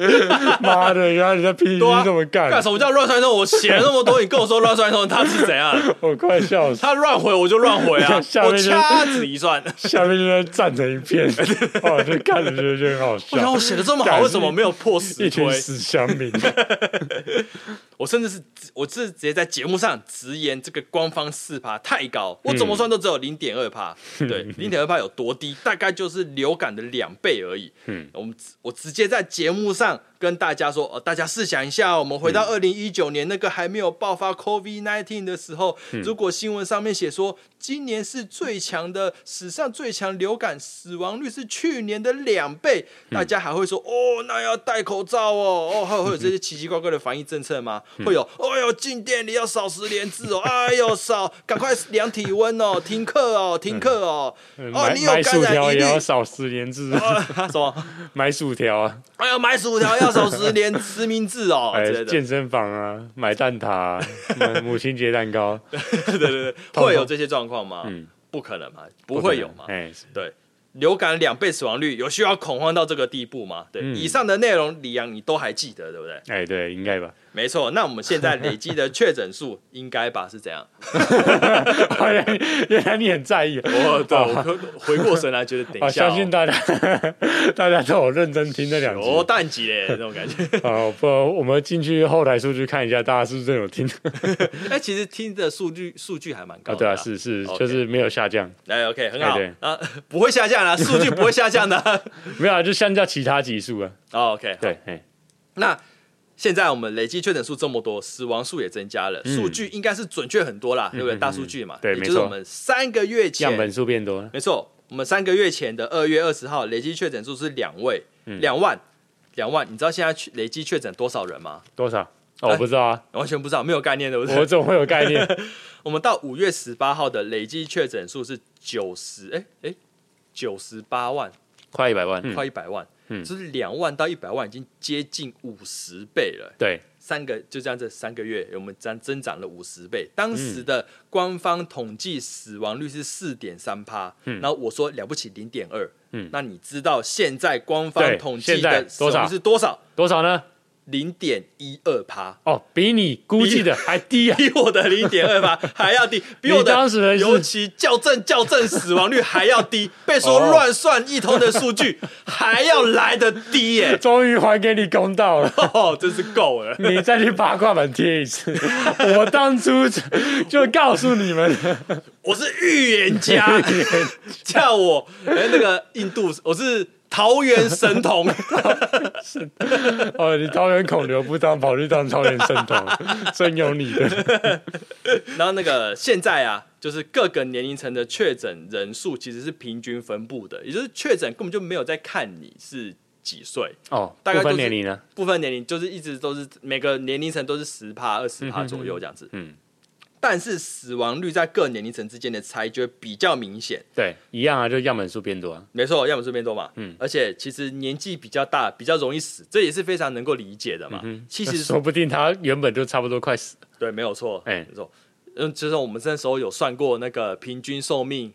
[SPEAKER 2] 妈的，原来你在
[SPEAKER 1] 对啊
[SPEAKER 2] PTT 这么干，
[SPEAKER 1] 干什么叫乱算一通？我写了那么多，你跟我说乱算一通，他是怎 样？
[SPEAKER 2] 我快笑死。
[SPEAKER 1] 他乱回我就乱回啊，
[SPEAKER 2] 下面
[SPEAKER 1] 我
[SPEAKER 2] 就是
[SPEAKER 1] 掐指一 算。
[SPEAKER 2] 下面就在站成一 片，哦，就看着就觉得很好
[SPEAKER 1] 我想
[SPEAKER 2] 笑
[SPEAKER 1] 我，写的这么
[SPEAKER 2] 干
[SPEAKER 1] 好，为什么没有破
[SPEAKER 2] 一
[SPEAKER 1] 十推
[SPEAKER 2] 群？死乡 民，
[SPEAKER 1] 我甚至是我是直接在节目上直言，这个官方四趴太高，我怎么算都只有零点二趴。对，零点二趴有多低？大概就是流感的两倍而已。
[SPEAKER 2] 嗯
[SPEAKER 1] 我们我直接在节目上跟大家说，哦，大家试想一下哦，我们回到二零一九年那个还没有爆发 COVID nineteen 的时候，如果新闻上面写说今年是最强的，史上最强流感死亡率是去年的两倍，大家还会说，哦，那要戴口罩哦，哦，还有会有这些奇奇怪怪的防疫政策吗？会有，哎呦，进店里要扫十连字哦，哎呦，扫，赶快量体温哦，停课哦，停课哦，哦，
[SPEAKER 2] 买
[SPEAKER 1] 你有
[SPEAKER 2] 买
[SPEAKER 1] 感
[SPEAKER 2] 薯条
[SPEAKER 1] 染疑
[SPEAKER 2] 也
[SPEAKER 1] 虑。
[SPEAKER 2] 要少十连字，
[SPEAKER 1] 啊什么？
[SPEAKER 2] 买薯条啊，
[SPEAKER 1] 哎呀，买薯条要守十连实名制哦，
[SPEAKER 2] 哎
[SPEAKER 1] 之类，的，
[SPEAKER 2] 健身房啊，买蛋挞啊，买母亲节蛋糕，
[SPEAKER 1] 对对对，会有这些状况吗？
[SPEAKER 2] 嗯
[SPEAKER 1] 不可能嘛， 不会有嘛。
[SPEAKER 2] 哎，
[SPEAKER 1] 对，流感两倍死亡率，有需要恐慌到这个地步吗？对，
[SPEAKER 2] 嗯
[SPEAKER 1] 以上的内容，李阳你都还记得对不对？
[SPEAKER 2] 哎，对，应该吧。
[SPEAKER 1] 没错，那我们现在累积的确诊数应该吧是怎样？
[SPEAKER 2] 哦原来原来你很在意，
[SPEAKER 1] 我对
[SPEAKER 2] 哦
[SPEAKER 1] 我可 回过神来，觉得等
[SPEAKER 2] 我
[SPEAKER 1] 一下
[SPEAKER 2] 相
[SPEAKER 1] 哦，
[SPEAKER 2] 信大家 大家都有认真听这两集
[SPEAKER 1] 有哦淡季嘞那种感觉。
[SPEAKER 2] 啊。不，我们进去后台数据看一下，大家是不是真的有听
[SPEAKER 1] 哎，其实听的数据数据还蛮高
[SPEAKER 2] 啊？
[SPEAKER 1] 的，
[SPEAKER 2] 对啊，是是，
[SPEAKER 1] OK
[SPEAKER 2] 就是没有下降，
[SPEAKER 1] 哎 OK 很好
[SPEAKER 2] 哎对
[SPEAKER 1] 啊，不会下降啦，数据不会下降的。
[SPEAKER 2] 没有啊，就相较其他集数啊。
[SPEAKER 1] 哦 OK 好
[SPEAKER 2] 对，哎，
[SPEAKER 1] 那现在我们累计确诊数这么多，死亡数也增加了，
[SPEAKER 2] 嗯
[SPEAKER 1] 数据应该是准确很多啦，对不对？
[SPEAKER 2] 嗯
[SPEAKER 1] 大数据嘛，
[SPEAKER 2] 对
[SPEAKER 1] 也
[SPEAKER 2] 没
[SPEAKER 1] 就是
[SPEAKER 2] 错
[SPEAKER 1] 我们三个月
[SPEAKER 2] 样
[SPEAKER 1] 前，
[SPEAKER 2] 本数变多了，
[SPEAKER 1] 没错，我们三个月前的二月二十号累计确诊数是两位，
[SPEAKER 2] 嗯
[SPEAKER 1] 两万，两万。你知道现在确累计确诊多少哎人吗？
[SPEAKER 2] 多少？哦，我不知道啊，
[SPEAKER 1] 完全不知道，没有概念，对不对？
[SPEAKER 2] 我
[SPEAKER 1] 我
[SPEAKER 2] 怎么会有概念？
[SPEAKER 1] 们到五月十八号的累计确诊数是九十，哎哎，九十八万，
[SPEAKER 2] 快一百万，
[SPEAKER 1] 快一百万，
[SPEAKER 2] 嗯
[SPEAKER 1] 就是两万到一百万，已经接近五十倍了。
[SPEAKER 2] 对，
[SPEAKER 1] 三个就这样，这三个月我们增增长了五十倍。当
[SPEAKER 2] 嗯
[SPEAKER 1] 时的官方统计死亡率是四点三趴，然后我说了不起零点二，
[SPEAKER 2] 嗯
[SPEAKER 1] 那你知道现在官
[SPEAKER 2] 对
[SPEAKER 1] 方统计
[SPEAKER 2] 现在
[SPEAKER 1] 的死亡率是多少？
[SPEAKER 2] 多少呢？
[SPEAKER 1] 零点一二趴，
[SPEAKER 2] 哦，比你估计的还低啊！
[SPEAKER 1] 比我的零点二趴还要低，比我
[SPEAKER 2] 你当时
[SPEAKER 1] 的
[SPEAKER 2] 的是
[SPEAKER 1] 尤其校正校正死亡率还要低，被说
[SPEAKER 2] 哦
[SPEAKER 1] 乱算一通的数据还要来的低耶、
[SPEAKER 2] 终于还给你公道了。
[SPEAKER 1] 哦，真是够了。
[SPEAKER 2] 你再去八卦板贴一次，我当初就告诉你们了，
[SPEAKER 1] 我是预言 家，叫我哎那个印度，我是桃园神童，
[SPEAKER 2] 哦，你桃园孔刘不当，跑去当桃园 圣童，真有你的。
[SPEAKER 1] 然后那个现在啊，就是各个年龄层的确诊人数其实是平均分布的，也就是确诊根本就没有在看你是几岁，
[SPEAKER 2] 哦，
[SPEAKER 1] 大概
[SPEAKER 2] 不
[SPEAKER 1] 都是
[SPEAKER 2] 分年龄呢？
[SPEAKER 1] 部分年龄就是一直都是每个年龄层都是十趴、二十趴左右这样子。
[SPEAKER 2] 嗯，
[SPEAKER 1] 但是死亡率在各年龄层之间的差异就会比较明显。
[SPEAKER 2] 对，一样啊，就样本数变多啊。
[SPEAKER 1] 没错，要么这边多嘛。
[SPEAKER 2] 嗯
[SPEAKER 1] 而且其实年纪比较大，比较容易死，这也是非常能够理解的嘛。嗯其实
[SPEAKER 2] 说不定他原本就差不多快死。
[SPEAKER 1] 对，没有错，
[SPEAKER 2] 哎
[SPEAKER 1] 没错。嗯，就是我们那时候有算过那个平均寿命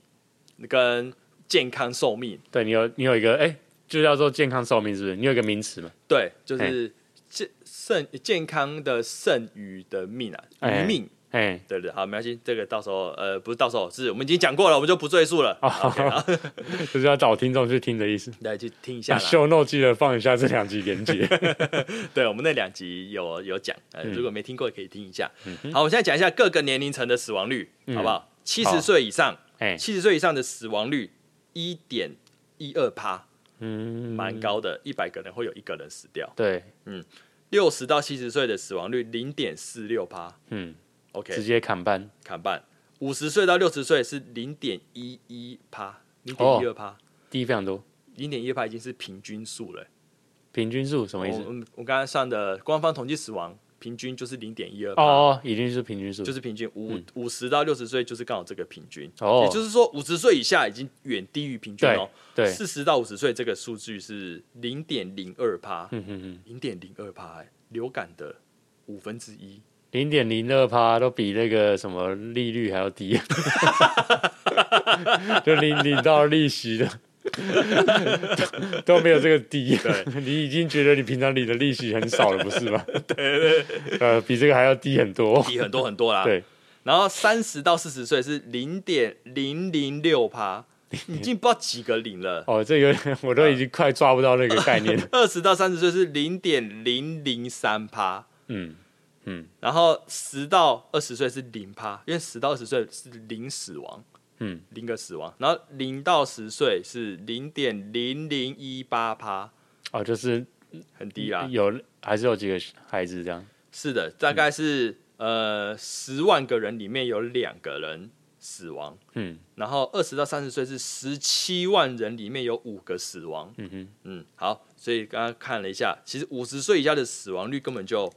[SPEAKER 1] 跟健康寿命，
[SPEAKER 2] 对你有你有一个哎、就叫做健康寿命，是不是？你有一个名词嘛？
[SPEAKER 1] 对，
[SPEAKER 2] 哎
[SPEAKER 1] 就是健剩健康的剩余的命啊，
[SPEAKER 2] 哎
[SPEAKER 1] 余命。
[SPEAKER 2] 哎、
[SPEAKER 1] 对对，好，没关系，这个到时候呃不是到时候，是我们已经讲过了，我们就不赘述了。
[SPEAKER 2] 哦
[SPEAKER 1] OK，好，
[SPEAKER 2] 就是要找听众去听的意思。
[SPEAKER 1] 来去听一下
[SPEAKER 2] 那
[SPEAKER 1] 啦。
[SPEAKER 2] 啊秀 n 记得放一下这两集连接。
[SPEAKER 1] 对，我们那两集有有讲，呃，
[SPEAKER 2] 嗯
[SPEAKER 1] 如果没听过也可以听一下。好，我现在讲一下各个年龄层的死亡率，好不好？七
[SPEAKER 2] 嗯好
[SPEAKER 1] 十岁以上，
[SPEAKER 2] 哎、
[SPEAKER 1] 七十岁以上的死亡率一点一二趴，
[SPEAKER 2] 嗯，
[SPEAKER 1] 蛮高的，一百个人会有一个人死掉。
[SPEAKER 2] 对，
[SPEAKER 1] 六十到七十岁的死亡率零点四六趴
[SPEAKER 2] 嗯，直
[SPEAKER 1] ，OK，
[SPEAKER 2] 接砍半。
[SPEAKER 1] 砍半。五十岁到六十岁是零点一一趴，零点一二
[SPEAKER 2] 哦
[SPEAKER 1] 趴，
[SPEAKER 2] 低非常多，
[SPEAKER 1] 零点一二趴已经是平均数了、
[SPEAKER 2] 平均数什么意思
[SPEAKER 1] 我？我我刚才上的官方统计死亡平均就是零点一二
[SPEAKER 2] 哦
[SPEAKER 1] 趴。
[SPEAKER 2] 哦，一定是平均数，
[SPEAKER 1] 啊就是是平均五五十到六十岁就是刚好这个平均，
[SPEAKER 2] 哦
[SPEAKER 1] 也就是说五十岁以下已经远低于平均
[SPEAKER 2] 对
[SPEAKER 1] 哦。
[SPEAKER 2] 对，
[SPEAKER 1] 四十到五十岁这个数据是零点零二趴，
[SPEAKER 2] 嗯嗯嗯，
[SPEAKER 1] 零点零二趴，欸流感的五分之一。
[SPEAKER 2] 零点零二趴都比那个什么利率还要 低，就领领到利息的。都都没有这个低，你已经觉得你平常领的利息很少了，不 是吗？对对，呃，比这个还要低很多。
[SPEAKER 1] 低很啊多很多啦。
[SPEAKER 2] 对，
[SPEAKER 1] 然后三十到四十岁是零点零零六趴，已经不知道几个零了。
[SPEAKER 2] 哦，这有
[SPEAKER 1] 啊
[SPEAKER 2] 点，我都已经快抓不到那个概念了。
[SPEAKER 1] 二十到三十岁是零点零零三趴，
[SPEAKER 2] 嗯嗯
[SPEAKER 1] 然后十到二十岁是零趴，因为十到二十岁是零死亡，
[SPEAKER 2] 嗯，
[SPEAKER 1] 零个死亡。然后零到十岁是零点零零一八趴，
[SPEAKER 2] 哦，就是
[SPEAKER 1] 很低啊啦。
[SPEAKER 2] 有还是有几个孩子这样。
[SPEAKER 1] 是的，大概是、呃十万个人里面有两个人死亡。
[SPEAKER 2] 嗯
[SPEAKER 1] 然后二十到三十岁是十七万人里面有五个死亡。
[SPEAKER 2] 嗯哼，
[SPEAKER 1] 嗯，好，所以刚刚看了一下，其实五十岁以下的死亡率根本就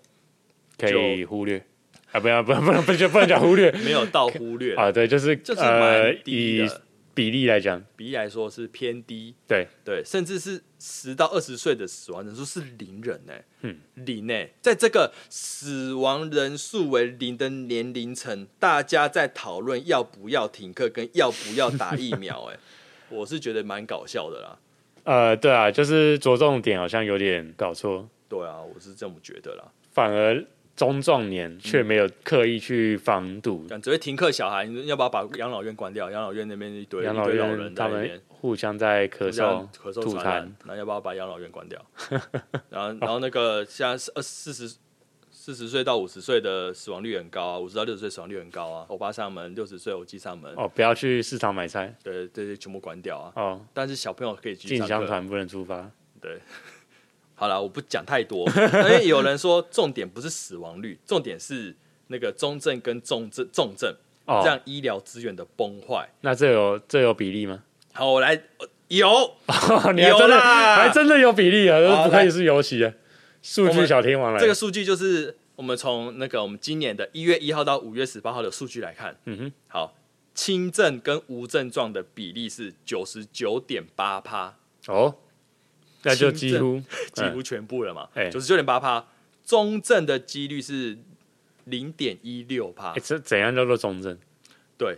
[SPEAKER 2] 可以忽略啊，不要不要不能不能不能讲 忽略
[SPEAKER 1] 没有到忽 略，
[SPEAKER 2] 啊，对，就是
[SPEAKER 1] 就是
[SPEAKER 2] 呃
[SPEAKER 1] 蛮低
[SPEAKER 2] 以
[SPEAKER 1] 的，
[SPEAKER 2] 比例来讲，
[SPEAKER 1] 比例来说是偏低。
[SPEAKER 2] 对，
[SPEAKER 1] 对，甚至是十到二十岁的死亡人数是零人呢、
[SPEAKER 2] 嗯
[SPEAKER 1] 零呢、在这个死亡人数为零的年龄层，大家在讨论要不要停课跟要不要打疫 苗、哎，我是觉得蛮搞笑的啦。
[SPEAKER 2] 呃，对啊，就是着重点好像有点搞错，
[SPEAKER 1] 对啊，我是这么觉得啦。
[SPEAKER 2] 反而中壮
[SPEAKER 1] 嗯
[SPEAKER 2] 年却没有刻意去防堵
[SPEAKER 1] 敢只会停课小孩，你要不要把养老院关掉？养老院那边一堆
[SPEAKER 2] 养
[SPEAKER 1] 一
[SPEAKER 2] 老
[SPEAKER 1] 堆老
[SPEAKER 2] 院，
[SPEAKER 1] 人在
[SPEAKER 2] 他
[SPEAKER 1] 那
[SPEAKER 2] 们
[SPEAKER 1] 边。
[SPEAKER 2] 互相在咳
[SPEAKER 1] 这样
[SPEAKER 2] 嗽、
[SPEAKER 1] 咳嗽
[SPEAKER 2] 吐
[SPEAKER 1] 传
[SPEAKER 2] 痰
[SPEAKER 1] 染，，那要不要把养老院关掉？ 然后，然后那个现在是二四十四十岁到五十岁的死亡率很高啊，五十到六十岁死亡率很高啊。欧巴上门，六十岁欧记上门，
[SPEAKER 2] 哦，不要去市场买菜
[SPEAKER 1] 对，这些全部关掉啊。
[SPEAKER 2] 哦，
[SPEAKER 1] 但是小朋友可以去
[SPEAKER 2] 进
[SPEAKER 1] 上
[SPEAKER 2] 香
[SPEAKER 1] 课。
[SPEAKER 2] 团不能出发，
[SPEAKER 1] 对，好了，我不讲太多，因为有人说重点不是死亡率，重点是那个中症跟重症重症，
[SPEAKER 2] 哦
[SPEAKER 1] 这样医疗资源的崩坏。
[SPEAKER 2] 那这有这有比例吗？
[SPEAKER 1] 好，我来呃有
[SPEAKER 2] 你还真
[SPEAKER 1] 有
[SPEAKER 2] 的
[SPEAKER 1] 啦
[SPEAKER 2] 还真的有比例啊，
[SPEAKER 1] 好
[SPEAKER 2] 这不愧
[SPEAKER 1] 来
[SPEAKER 2] 是尤其啊，数
[SPEAKER 1] 我
[SPEAKER 2] 据
[SPEAKER 1] 们
[SPEAKER 2] 小天王来
[SPEAKER 1] 这
[SPEAKER 2] 了
[SPEAKER 1] 个，数据，就是我们从那个我们今年的一月一号到五月十八号的数据来看。
[SPEAKER 2] 嗯哼，
[SPEAKER 1] 好，轻症跟无症状的比例是九十九点八趴，
[SPEAKER 2] 哦，那就
[SPEAKER 1] 轻
[SPEAKER 2] 几
[SPEAKER 1] 症
[SPEAKER 2] 乎
[SPEAKER 1] 几乎全部了嘛
[SPEAKER 2] 哎，
[SPEAKER 1] 九十九点八趴。中症的几率是零点一六趴
[SPEAKER 2] 欸，这怎样叫做中 正？
[SPEAKER 1] 对，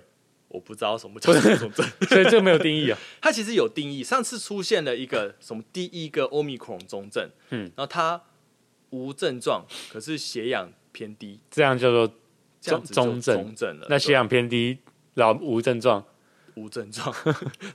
[SPEAKER 1] 我不知道什么叫做 中症，
[SPEAKER 2] 所以这没有定义啊。
[SPEAKER 1] 它其实有定义。上次出现了一个什么第一个欧米克戎中症，
[SPEAKER 2] 嗯
[SPEAKER 1] 嗯，然后它无症状，可是血氧偏低，
[SPEAKER 2] 这样叫做
[SPEAKER 1] 这样子就
[SPEAKER 2] 中症
[SPEAKER 1] 中症了。
[SPEAKER 2] 那血
[SPEAKER 1] 对
[SPEAKER 2] 氧偏低，然后无症状。
[SPEAKER 1] 无症 状，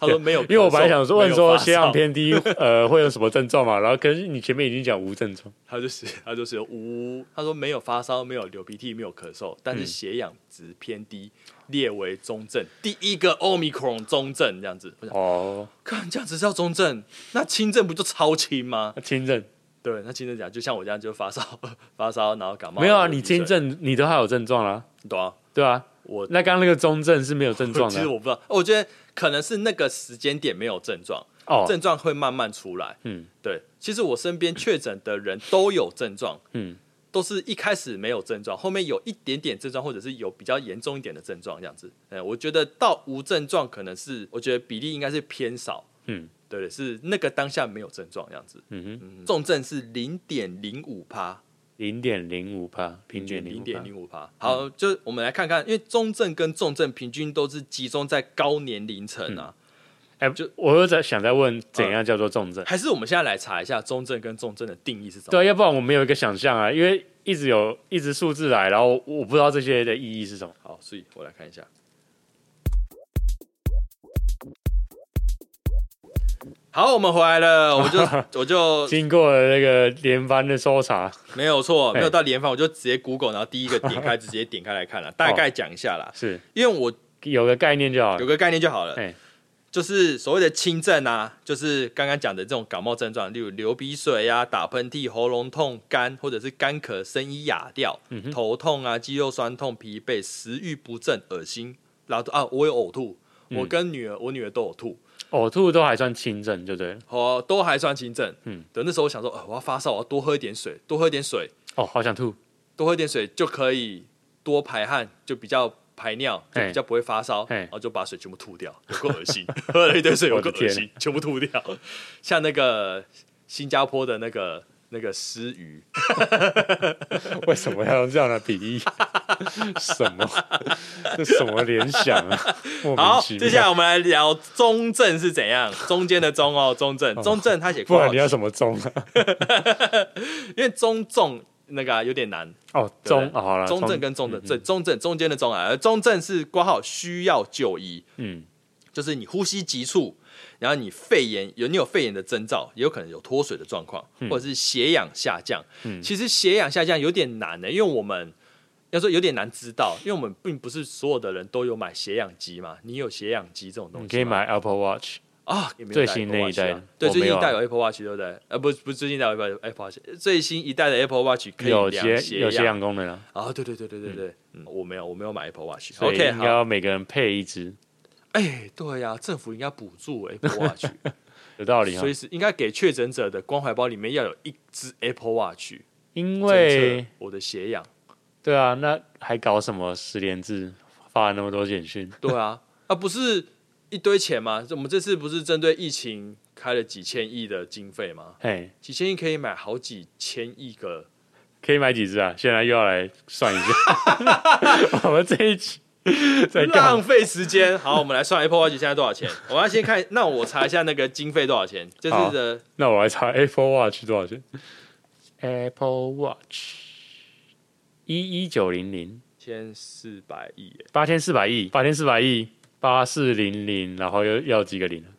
[SPEAKER 1] 他说没有咳嗽，
[SPEAKER 2] 因为我本来想说问
[SPEAKER 1] 没有
[SPEAKER 2] 说
[SPEAKER 1] 发烧
[SPEAKER 2] 血氧，偏低，呃，会有什么症状嘛？然后可是你前面已经讲无症状，
[SPEAKER 1] 他就是他就是无，他说没有发烧，没有流鼻涕，没有咳嗽，但是
[SPEAKER 2] 嗯
[SPEAKER 1] 血氧值偏低，列为中症，第一个 omicron 中症这样子。我想，
[SPEAKER 2] 哦，
[SPEAKER 1] 看这样子叫中症，那轻症不就超轻吗？
[SPEAKER 2] 那轻症
[SPEAKER 1] 对，那轻症讲就像我这样就发烧， 发烧然后感冒。
[SPEAKER 2] 没有啊？
[SPEAKER 1] 流鼻
[SPEAKER 2] 你轻
[SPEAKER 1] 水，
[SPEAKER 2] 症你都还有症状啦，
[SPEAKER 1] 你懂啊？
[SPEAKER 2] 对啊，
[SPEAKER 1] 我
[SPEAKER 2] 那刚刚那个中症是没有症状
[SPEAKER 1] 其实
[SPEAKER 2] 的
[SPEAKER 1] 我不知道，我觉得可能是那个时间点没有症状，
[SPEAKER 2] 哦，
[SPEAKER 1] 症状会慢慢出来。
[SPEAKER 2] 嗯
[SPEAKER 1] 对，其实我身边确诊的人都有症状，
[SPEAKER 2] 嗯，
[SPEAKER 1] 都是一开始没有症状，后面有一点点症状，或者是有比较严重一点的症状这样子。嗯，我觉得到无症状可能是，我觉得比例应该是偏少。
[SPEAKER 2] 嗯
[SPEAKER 1] 对，是那个当下没有症状这样子。
[SPEAKER 2] 嗯哼，
[SPEAKER 1] 嗯，重症是零点零五趴，
[SPEAKER 2] 零点零五帕，平均
[SPEAKER 1] 嗯零点
[SPEAKER 2] 零五
[SPEAKER 1] 零五趴。好，就我们来看看，因为中症跟重症平均都是集中在高年龄层啊。
[SPEAKER 2] 哎，
[SPEAKER 1] 就
[SPEAKER 2] 就我又在想在问怎样叫做重症？
[SPEAKER 1] 还是我们现在来查一下中症跟重症的定义是什么？
[SPEAKER 2] 对啊，要不然我没有一个想象啊，因为一直有一直数字来，然后我我不知道这些的意义是什么。
[SPEAKER 1] 好，所以我来看一下。好，我们回来了，我就我就
[SPEAKER 2] 经过了那个连番的搜查，
[SPEAKER 1] 没有错，
[SPEAKER 2] 嘿
[SPEAKER 1] 没有到联防，我就直接 Google，然后第一个点开，直接点开来看了，大概讲一下啦，
[SPEAKER 2] 是
[SPEAKER 1] 因为我
[SPEAKER 2] 有个概念就好
[SPEAKER 1] 有
[SPEAKER 2] 了。哎
[SPEAKER 1] 个概念就好了
[SPEAKER 2] 嘿，
[SPEAKER 1] 就是所谓的轻症啊，就是刚刚讲的这种感冒症状，例如流鼻水啊、打喷嚏、喉咙痛、干或者是干咳、声音哑掉、头痛啊、肌肉酸痛、疲惫、食欲不振、恶心，然后啊，我有呕吐，我跟女儿，我女儿都有吐，
[SPEAKER 2] 呕吐哦都还算轻症，就对了。
[SPEAKER 1] 哦，都还算轻症。嗯
[SPEAKER 2] 嗯，
[SPEAKER 1] 对，那时候我想说，呃，我要发烧，我要多喝一点水，多喝一点水，
[SPEAKER 2] 哦，好想吐。
[SPEAKER 1] 多喝一点水就可以多排汗，就比较排尿，就
[SPEAKER 2] 嘿
[SPEAKER 1] 比较不会发烧，
[SPEAKER 2] 嘿
[SPEAKER 1] 然后就把水全部吐掉，有够 恶心， 喝了一堆水有
[SPEAKER 2] 我
[SPEAKER 1] 够
[SPEAKER 2] 的
[SPEAKER 1] 恶
[SPEAKER 2] 天
[SPEAKER 1] 心，全部吐掉。像那个新加坡的那个那个狮 鱼，
[SPEAKER 2] 为什么要用这样的比 喻？什么？这什么联想 啊？莫名
[SPEAKER 1] 好，
[SPEAKER 2] 其
[SPEAKER 1] 接下来
[SPEAKER 2] 妙。
[SPEAKER 1] 我们来聊中正是怎样，中间的中哦，中正，中正他写
[SPEAKER 2] 不
[SPEAKER 1] 括
[SPEAKER 2] 然
[SPEAKER 1] 号
[SPEAKER 2] 你，要什么中啊？
[SPEAKER 1] 因为中重那个啊、有点难，
[SPEAKER 2] 哦，
[SPEAKER 1] 对不
[SPEAKER 2] 中嗯
[SPEAKER 1] 对
[SPEAKER 2] 哦，好了，
[SPEAKER 1] 中正跟重症，这中正中间的中啊，而中正是括号需要就医，
[SPEAKER 2] 嗯
[SPEAKER 1] 就是你呼吸急促，然后你肺炎有你有肺炎的征兆，也有可能有脱水的状况，或者是血氧下降。
[SPEAKER 2] 嗯
[SPEAKER 1] 其实血氧下降有点难欸的、因为我们要说有点难知道，因为我们并不是所有的人都有买血氧机嘛。你有血氧机这种东西吗，
[SPEAKER 2] 嗯你可以买 Apple Watch，
[SPEAKER 1] 啊，也没有
[SPEAKER 2] 最
[SPEAKER 1] 带
[SPEAKER 2] 新
[SPEAKER 1] Apple
[SPEAKER 2] 那一
[SPEAKER 1] Watch
[SPEAKER 2] 代
[SPEAKER 1] 啊
[SPEAKER 2] 的
[SPEAKER 1] 对，
[SPEAKER 2] 我
[SPEAKER 1] 最新
[SPEAKER 2] 没
[SPEAKER 1] 一
[SPEAKER 2] 有
[SPEAKER 1] 代
[SPEAKER 2] 啊
[SPEAKER 1] 有 Apple Watch 对不对？呃，不是，不是最新一代有 Apple Apple Watch，最新一代的 Apple Watch 可以
[SPEAKER 2] 有
[SPEAKER 1] 量
[SPEAKER 2] 些有些
[SPEAKER 1] 氧
[SPEAKER 2] 氧功能啊，
[SPEAKER 1] 啊，对对对对对对，嗯，我没有，我没有买 Apple Watch。
[SPEAKER 2] 所以
[SPEAKER 1] OK，
[SPEAKER 2] 应该
[SPEAKER 1] 好，
[SPEAKER 2] 要每个人配一只，
[SPEAKER 1] 哎、对呀、政府应该补助 Apple Watch。
[SPEAKER 2] 有道理哈
[SPEAKER 1] 所以。是应该给确诊者的关怀包里面要有一只 Apple Watch，
[SPEAKER 2] 因
[SPEAKER 1] 侦
[SPEAKER 2] 为
[SPEAKER 1] 测我的血氧。
[SPEAKER 2] 对啊，那还搞什么十连制？发了那么多简讯，
[SPEAKER 1] 对啊，啊不是一堆钱吗？我们这次不是针对疫情开了几千亿的经费吗？
[SPEAKER 2] 嘿，
[SPEAKER 1] 几千亿可以买好几千亿个，
[SPEAKER 2] 可以买几只啊？现在又要来算一下， 我们这一集在哎干
[SPEAKER 1] 浪
[SPEAKER 2] 嘛
[SPEAKER 1] 费时间。好，我们来算 Apple Watch 现在多少钱？我们要先看，那我查一下那个经费多少钱。这次的
[SPEAKER 2] 那我来查 Apple Watch 多少钱？Apple Watch 一一九零零
[SPEAKER 1] 千四百亿耶，
[SPEAKER 2] 八千四百亿，八千四百亿八四零零，然后又要几个零啊？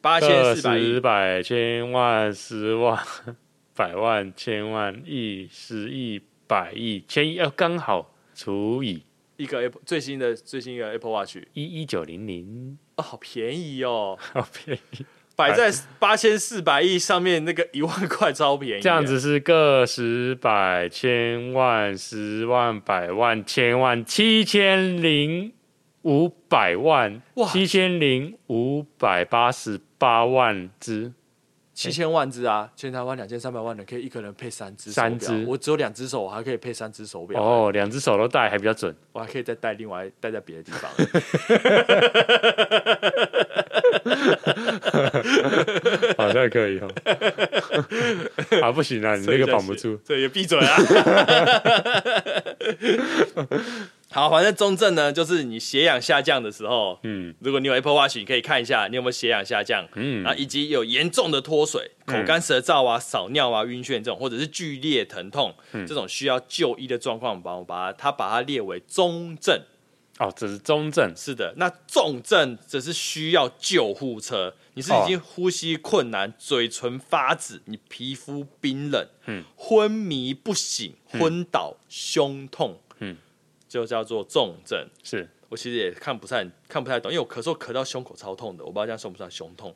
[SPEAKER 1] 八千四百
[SPEAKER 2] 十
[SPEAKER 1] 亿，
[SPEAKER 2] 百千万十万 百万千万亿十亿百亿千亿，要刚好除以
[SPEAKER 1] 一个 Apple 最新的最新一个 Apple Watch
[SPEAKER 2] 一一九零零，
[SPEAKER 1] 哦，好便宜哦。
[SPEAKER 2] 好便宜。
[SPEAKER 1] 摆在八千四百亿上面那个一万块超便宜，
[SPEAKER 2] 这样子是个十百千万十万百万千万七千零五百万
[SPEAKER 1] 哇
[SPEAKER 2] 七千零五百八十八万只，哎
[SPEAKER 1] 七千万只啊，全台湾两千三百万人可以一个人配三只手表，
[SPEAKER 2] 三只
[SPEAKER 1] 我只有两只手，我还可以配三只手表，
[SPEAKER 2] 哦，两只手都戴还比较准。
[SPEAKER 1] 我还可以再带另外带在别的地方。
[SPEAKER 2] 好像可以哦。 啊，不 行啊，你那个绑不住。
[SPEAKER 1] 对，也闭嘴啊。 好，反正中正呢，就是你血氧下降的时候，
[SPEAKER 2] 嗯
[SPEAKER 1] 如果你有 Apple Watch，你可以看一下你有没有血氧下降，
[SPEAKER 2] 嗯
[SPEAKER 1] 啊，以及有严重的脱水、口干舌燥啊、少尿啊、晕眩这种，或者是剧烈疼痛、
[SPEAKER 2] 嗯
[SPEAKER 1] 这种需要就医的状况，把我把它它把它列为中症。
[SPEAKER 2] 哦，这是中症，
[SPEAKER 1] 是的，那重症则是需要救护车。你
[SPEAKER 2] 哦
[SPEAKER 1] 是已经呼吸困难、嘴唇发紫、你皮肤冰冷、
[SPEAKER 2] 嗯
[SPEAKER 1] 昏迷不醒、昏倒、胸痛，
[SPEAKER 2] 嗯
[SPEAKER 1] 就叫做重症。
[SPEAKER 2] 是
[SPEAKER 1] 我其实也看不太看不太懂，因为我咳嗽咳到胸口超痛的，我不知道这样算不算胸痛。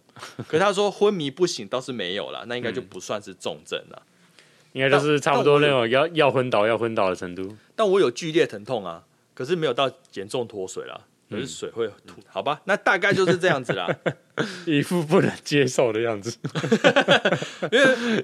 [SPEAKER 1] 可是他说昏迷不醒倒是没有啦，那应该就
[SPEAKER 2] 嗯
[SPEAKER 1] 不算是重症啦。
[SPEAKER 2] 应该就是差不多那
[SPEAKER 1] 但
[SPEAKER 2] 种要要昏倒要昏倒的程度。
[SPEAKER 1] 但我有剧烈疼痛啊，可是没有到严重脱水啦，可
[SPEAKER 2] 嗯
[SPEAKER 1] 是水会吐，好吧？那大概就是这样子 啦。
[SPEAKER 2] 一副不能接受的 样子，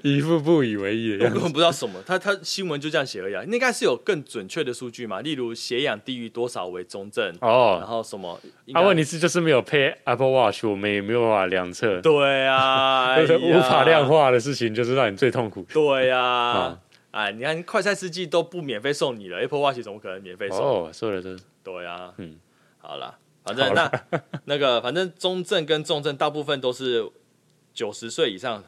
[SPEAKER 2] 一副不以为意的
[SPEAKER 1] 我
[SPEAKER 2] 样
[SPEAKER 1] 根
[SPEAKER 2] 子。
[SPEAKER 1] 本不知道什么，他他新闻就这样写而已、啊，应该是有更准确的数据嘛，例如血氧低于多少为中症，然
[SPEAKER 2] 哦，
[SPEAKER 1] 后什么？应该
[SPEAKER 2] 他问题是就是没有配 Apple Watch，我们也没有办法量测，
[SPEAKER 1] 对啊，
[SPEAKER 2] 就是
[SPEAKER 1] 哎呀
[SPEAKER 2] 无法量化的事情，就是让你最痛苦。
[SPEAKER 1] 对呀、
[SPEAKER 2] 啊
[SPEAKER 1] 哎，你看快餐司机都不免费送你了，Apple Watch 怎么可能免费送？
[SPEAKER 2] 哦，说的对，
[SPEAKER 1] 对呀，
[SPEAKER 2] 嗯，
[SPEAKER 1] 好啦，反正那 那个反正中症跟重症大部分都是九十岁以上、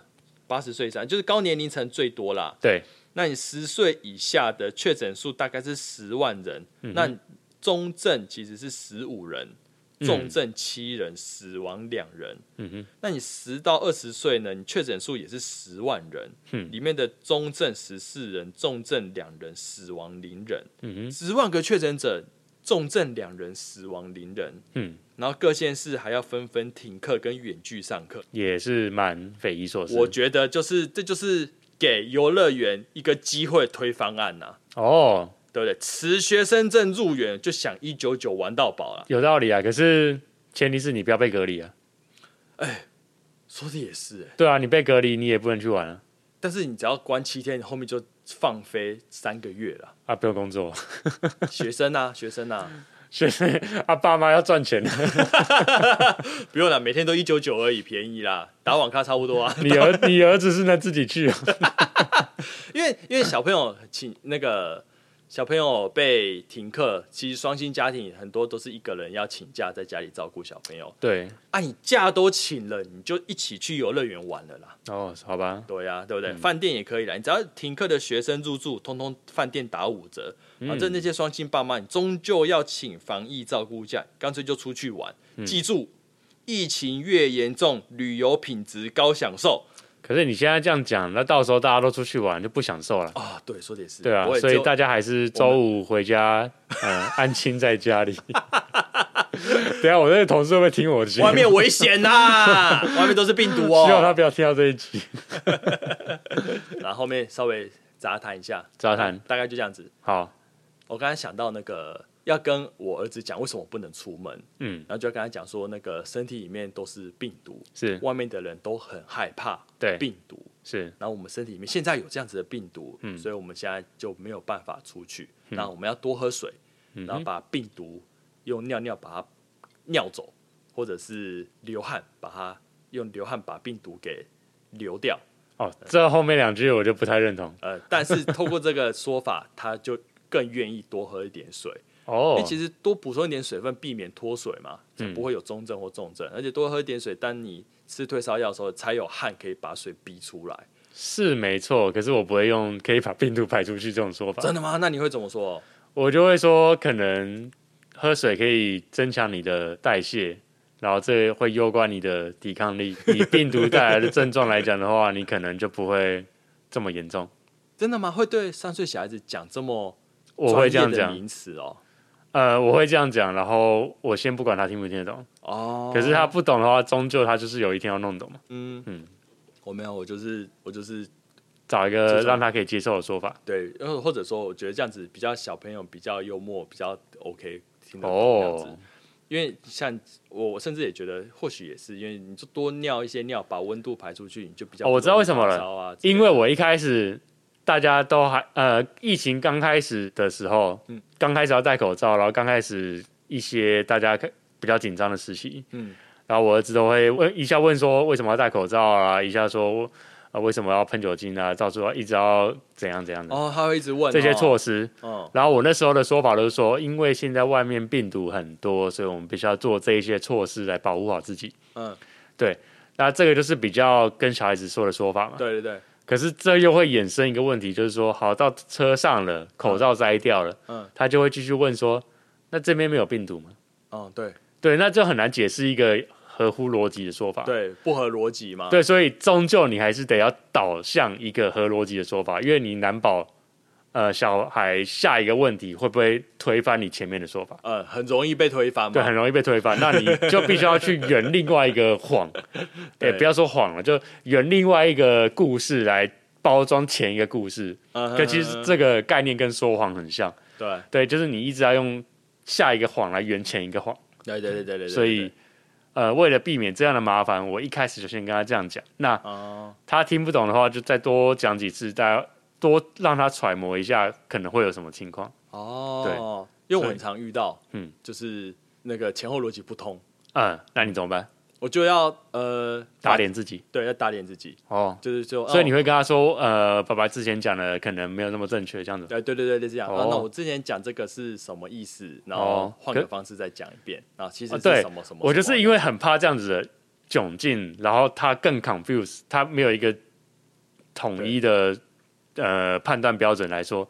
[SPEAKER 1] 八十岁以上，就是高年龄层最多啦。
[SPEAKER 2] 对，
[SPEAKER 1] 那你十岁以下的确诊数大概是十万人，
[SPEAKER 2] 嗯
[SPEAKER 1] 那中症其实是十五人，重症七人，死亡两人。
[SPEAKER 2] 嗯哼，
[SPEAKER 1] 那你十到二十岁呢？你确诊数也是十万人，
[SPEAKER 2] 嗯
[SPEAKER 1] 里面的中症十四人，重症两人，死亡零人。
[SPEAKER 2] 嗯哼，
[SPEAKER 1] 十万个确诊者，重症两人，死亡零人。
[SPEAKER 2] 嗯，
[SPEAKER 1] 然后各县市还要纷纷停课跟远距上课。
[SPEAKER 2] 也是蛮匪夷所思。
[SPEAKER 1] 我觉得就是这就是给游乐园一个机会推方案呐、
[SPEAKER 2] 哦，
[SPEAKER 1] 对不对？持学生证入园就想一九九玩到饱了。
[SPEAKER 2] 有道理啊，可是前提是你不要被隔离啊。
[SPEAKER 1] 说的也是、欸，
[SPEAKER 2] 对啊，你被隔离，你也不能去玩啊。
[SPEAKER 1] 但是你只要关七天，你后面就放飞三个月了。
[SPEAKER 2] 啊，不用工作，
[SPEAKER 1] 学生啊，学生啊，
[SPEAKER 2] 所以啊，爸妈要赚钱啊。
[SPEAKER 1] 不用了，每天都一九九而已，便宜啦，打网咖差不多啊。
[SPEAKER 2] 你儿你儿子是能自己去啊？
[SPEAKER 1] 因为因为小朋友请那个小朋友被停课，其实双薪家庭很多都是一个人要请假在家里照顾小朋友
[SPEAKER 2] 对，
[SPEAKER 1] 啊，你假都请了，你就一起去游乐园玩了啦。
[SPEAKER 2] 哦，好吧，
[SPEAKER 1] 对呀、对不对？饭店也可以啦，你只要停课的学生入住，通通饭店打五折。反正那些双薪爸妈，你终究要请防疫照顾假，干脆就出去玩。记住，疫情越严重，旅游品质高，享受
[SPEAKER 2] 可是你现在这样讲，那到时候大家都出去玩就不享受了。
[SPEAKER 1] 啊！对，说的也是，
[SPEAKER 2] 对啊
[SPEAKER 1] 我，也
[SPEAKER 2] 所
[SPEAKER 1] 只
[SPEAKER 2] 以
[SPEAKER 1] 有
[SPEAKER 2] 大家还是周五回家，嗯，安亲在家里。 等一下我那个同事会不会听我节目？
[SPEAKER 1] 外面危险 呐、外面都是病毒
[SPEAKER 2] 希望他
[SPEAKER 1] 哦。
[SPEAKER 2] 不要听到这一集。
[SPEAKER 1] 然后后面稍微杂谈一下，
[SPEAKER 2] 杂谈
[SPEAKER 1] 大概就这样子。
[SPEAKER 2] 好，
[SPEAKER 1] 我刚才想到那个要跟我儿子讲为什么不能出门，
[SPEAKER 2] 嗯，
[SPEAKER 1] 然后就要跟他讲说，那个身体里面都是病毒，
[SPEAKER 2] 是
[SPEAKER 1] 外面的人都很害怕
[SPEAKER 2] 对
[SPEAKER 1] 病毒，
[SPEAKER 2] 是，
[SPEAKER 1] 然后我们身体里面现在有这样子的病毒，
[SPEAKER 2] 嗯
[SPEAKER 1] 所以我们现在就没有办法出去。那、我们要多喝水，
[SPEAKER 2] 嗯
[SPEAKER 1] 然后把病毒用尿尿把它尿走，或者是流汗把它用流汗把病毒给流掉。
[SPEAKER 2] 哦，这后面两句我就不太认同。
[SPEAKER 1] 呃，但是透过这个说法，他就更愿意多喝一点水，因
[SPEAKER 2] 哦
[SPEAKER 1] 哎为，其实多补充一点水分，避免脱水嘛，才
[SPEAKER 2] 嗯
[SPEAKER 1] 不会有中症或重症。而且多喝一点水，当你吃退烧药的时候，才有汗可以把水逼出来。
[SPEAKER 2] 啊是没错，可是我不会用可以把病毒排出去这种说法。
[SPEAKER 1] 真的吗？那你会怎么说？
[SPEAKER 2] 我就会说，可能喝水可以增强你的代谢，然后这会攸关你的抵抗力。以病毒带来的症状来讲的话，你可能就不会这么 严重。
[SPEAKER 1] 真的吗？会对三岁小孩子讲这么
[SPEAKER 2] 我会这样
[SPEAKER 1] 专业的
[SPEAKER 2] 讲，
[SPEAKER 1] 名词哦？
[SPEAKER 2] 呃，我会这样讲，然后我先不管他听不听得懂，
[SPEAKER 1] 哦，
[SPEAKER 2] 可是他不懂的话，终究他就是有一天要弄懂嘛，
[SPEAKER 1] 嗯
[SPEAKER 2] 嗯
[SPEAKER 1] 嗯，我没有，我就是我就是
[SPEAKER 2] 找一
[SPEAKER 1] 这
[SPEAKER 2] 个
[SPEAKER 1] 种
[SPEAKER 2] 让他可以接受的说法。
[SPEAKER 1] 对，然后或者说，我觉得这样子比较小朋友比较幽默，比较 OK 听得懂这样子。
[SPEAKER 2] 哦，
[SPEAKER 1] 因为像我，我甚至也觉得，或许也是因为你就多尿一些尿，把温度排出去，你就比较、
[SPEAKER 2] 哦我知道为什么了
[SPEAKER 1] 了
[SPEAKER 2] 因为我一开始大家都还呃，疫情刚开始的时候，
[SPEAKER 1] 嗯
[SPEAKER 2] 刚开始要戴口罩，然后刚开始一些大家比较紧张的时期，
[SPEAKER 1] 嗯
[SPEAKER 2] 然后我儿子都会问一下问说为什么要戴口罩啊，一下说啊，为什么要喷酒精啊，到处要一直要怎样怎样的、
[SPEAKER 1] 哦，他会一直问
[SPEAKER 2] 这些措
[SPEAKER 1] 施，
[SPEAKER 2] 施。
[SPEAKER 1] 哦
[SPEAKER 2] 然后我那时候的说法都是说，因为现在外面病毒很多，所以我们必须要做这一些措施来保护好自己。
[SPEAKER 1] 嗯，
[SPEAKER 2] 对，那这个就是比较跟小孩子说的说法嘛。
[SPEAKER 1] 对对对，
[SPEAKER 2] 可是这又会衍生一个问题，就是说，好到车上了，口罩摘掉了，
[SPEAKER 1] 嗯，
[SPEAKER 2] 他就会继续问说，那这边没有病毒吗？
[SPEAKER 1] 哦对
[SPEAKER 2] 对，那就很难解释一个合乎逻辑的说法。
[SPEAKER 1] 对，不合逻辑嘛，
[SPEAKER 2] 啊对，所以终究你还是得要导向一个合逻辑的说法，因为你难保呃小孩下一个问题会不会推翻你前面的说法，
[SPEAKER 1] 呃，很容易被推翻嘛，
[SPEAKER 2] 对，很容易被推翻。那你就必须要去圆另外一个谎，哎、
[SPEAKER 1] 对
[SPEAKER 2] 不要说谎了，就圆另外一个故事来包装前一个故事。
[SPEAKER 1] 嗯，
[SPEAKER 2] 可其实这个概念跟说谎很像，
[SPEAKER 1] 对
[SPEAKER 2] 对，就是你一直要用下一个谎来圆前一个谎。
[SPEAKER 1] 对对对对对对，
[SPEAKER 2] 所以，呃，为了避免这样的麻烦，我一开始就先跟他这样讲。那
[SPEAKER 1] 哦
[SPEAKER 2] 他听不懂的话，就再多讲几次，大家多让他揣摩一下可能会有什么情况
[SPEAKER 1] 哦，因为我
[SPEAKER 2] 所以
[SPEAKER 1] 很常遇到，
[SPEAKER 2] 嗯，
[SPEAKER 1] 就是那个前后逻辑不通，
[SPEAKER 2] 嗯，那你怎么办？
[SPEAKER 1] 我就要呃
[SPEAKER 2] 打，脸自己
[SPEAKER 1] 对，要打脸自己，
[SPEAKER 2] 哦。
[SPEAKER 1] 就是就，
[SPEAKER 2] 所以你
[SPEAKER 1] 会。
[SPEAKER 2] 会跟他说，呃，爸爸之前讲的可能没有那么正确，这样子。
[SPEAKER 1] 哎，对对对，就是这样。
[SPEAKER 2] 哦
[SPEAKER 1] 然后那我之前讲这个是什么意思，然后
[SPEAKER 2] 哦
[SPEAKER 1] 换个
[SPEAKER 2] 可
[SPEAKER 1] 方式再讲一遍。然后其实
[SPEAKER 2] 哦
[SPEAKER 1] 是
[SPEAKER 2] 对
[SPEAKER 1] 什么什么，
[SPEAKER 2] 我就是因
[SPEAKER 1] 为
[SPEAKER 2] 为很怕这样子的窘境，然后他更 confuse，他没有一个统一的呃判断标准来说，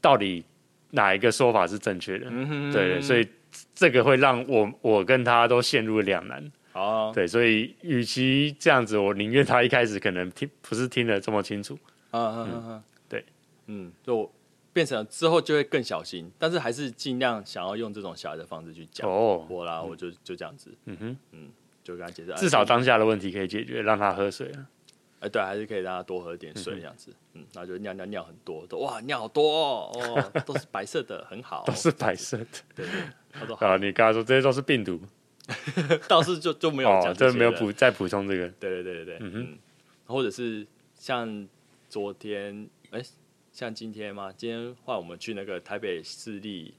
[SPEAKER 2] 到底哪一个说法是正确的。
[SPEAKER 1] 嗯
[SPEAKER 2] 对，所以这个会让我我跟他都陷入两难。
[SPEAKER 1] 哦，
[SPEAKER 2] 对，所以与其这样子，我宁愿他一开始可能听不是听得这么清楚。
[SPEAKER 1] 嗯嗯嗯嗯，
[SPEAKER 2] 对，
[SPEAKER 1] 嗯，就变成之后就会更小心，但是还是尽量想要用这种小孩的方式去讲。
[SPEAKER 2] 哦
[SPEAKER 1] 我啦，我就就这样子，
[SPEAKER 2] 嗯哼，
[SPEAKER 1] 就跟他解释，哎
[SPEAKER 2] 至少当下的问题可以解决，让他喝水啊。
[SPEAKER 1] 哎，对，还是可以让他多喝点水这样子。嗯，然后就尿尿尿很多，都哇尿好多哦，哦都是白色的，很好。
[SPEAKER 2] 都是白色的
[SPEAKER 1] 对对，他说
[SPEAKER 2] 啊！你刚才说这些都是病毒
[SPEAKER 1] 倒是就就没有
[SPEAKER 2] 哦
[SPEAKER 1] 讲，
[SPEAKER 2] 这
[SPEAKER 1] 些
[SPEAKER 2] 没有
[SPEAKER 1] 了
[SPEAKER 2] 补再补充这个
[SPEAKER 1] 对对对对对，
[SPEAKER 2] 嗯哼
[SPEAKER 1] 嗯，或者是像昨天，哎、像今天吗？今天换我们去那个台北市立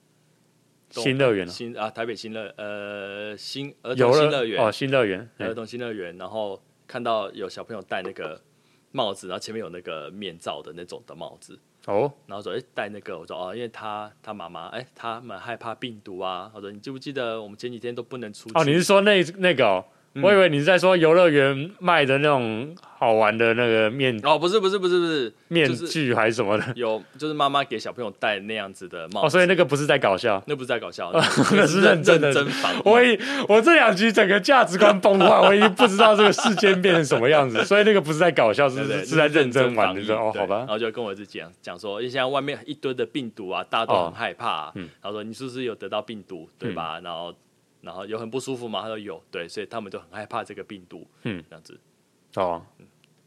[SPEAKER 1] 动
[SPEAKER 2] 新乐园哦
[SPEAKER 1] 新啊，台北新乐呃新儿
[SPEAKER 2] 游
[SPEAKER 1] 童新
[SPEAKER 2] 乐
[SPEAKER 1] 乐园，
[SPEAKER 2] 哦，新乐园
[SPEAKER 1] 儿童新乐园，然后看到有小朋友戴那个帽子，然后前面有那个面罩的那种的帽子。
[SPEAKER 2] 哦，
[SPEAKER 1] 然后说，哎、戴那个，我说哦，因为他他妈妈，哎、他蛮害怕病毒啊。他说，你记不记得我们前几天都不嗯能出去？啊
[SPEAKER 2] 哦，你是说那那个哦？我以为你是在说游乐园卖的那种好玩的那个面
[SPEAKER 1] 哦，不是不是不是不是，
[SPEAKER 2] 面
[SPEAKER 1] 就是
[SPEAKER 2] 具还是什么的
[SPEAKER 1] 有，就是妈妈给小朋友戴那样子的帽
[SPEAKER 2] 哦，
[SPEAKER 1] 子，
[SPEAKER 2] 所以那个不是在搞笑。
[SPEAKER 1] 那不是在搞笑，
[SPEAKER 2] 那是认真的
[SPEAKER 1] 认真防疫。
[SPEAKER 2] 我已我这两集整个价值观崩坏，我已经不知道这个世间变成什么样子，所以那个不是在搞笑，是
[SPEAKER 1] 对对
[SPEAKER 2] 是是在认真玩
[SPEAKER 1] 防
[SPEAKER 2] 的
[SPEAKER 1] 疫。
[SPEAKER 2] 说哦，
[SPEAKER 1] 对
[SPEAKER 2] 好
[SPEAKER 1] 然
[SPEAKER 2] 吧，
[SPEAKER 1] 后就跟我儿子讲讲说，因为现在外面一堆的病毒啊，大家都很害怕、啊。
[SPEAKER 2] 嗯
[SPEAKER 1] 然后说你是不是有得到病毒，对吧？然后然后有很不舒服吗？他说有，对，所以他们就很害怕这个病毒。
[SPEAKER 2] 嗯
[SPEAKER 1] 这样子
[SPEAKER 2] 哦，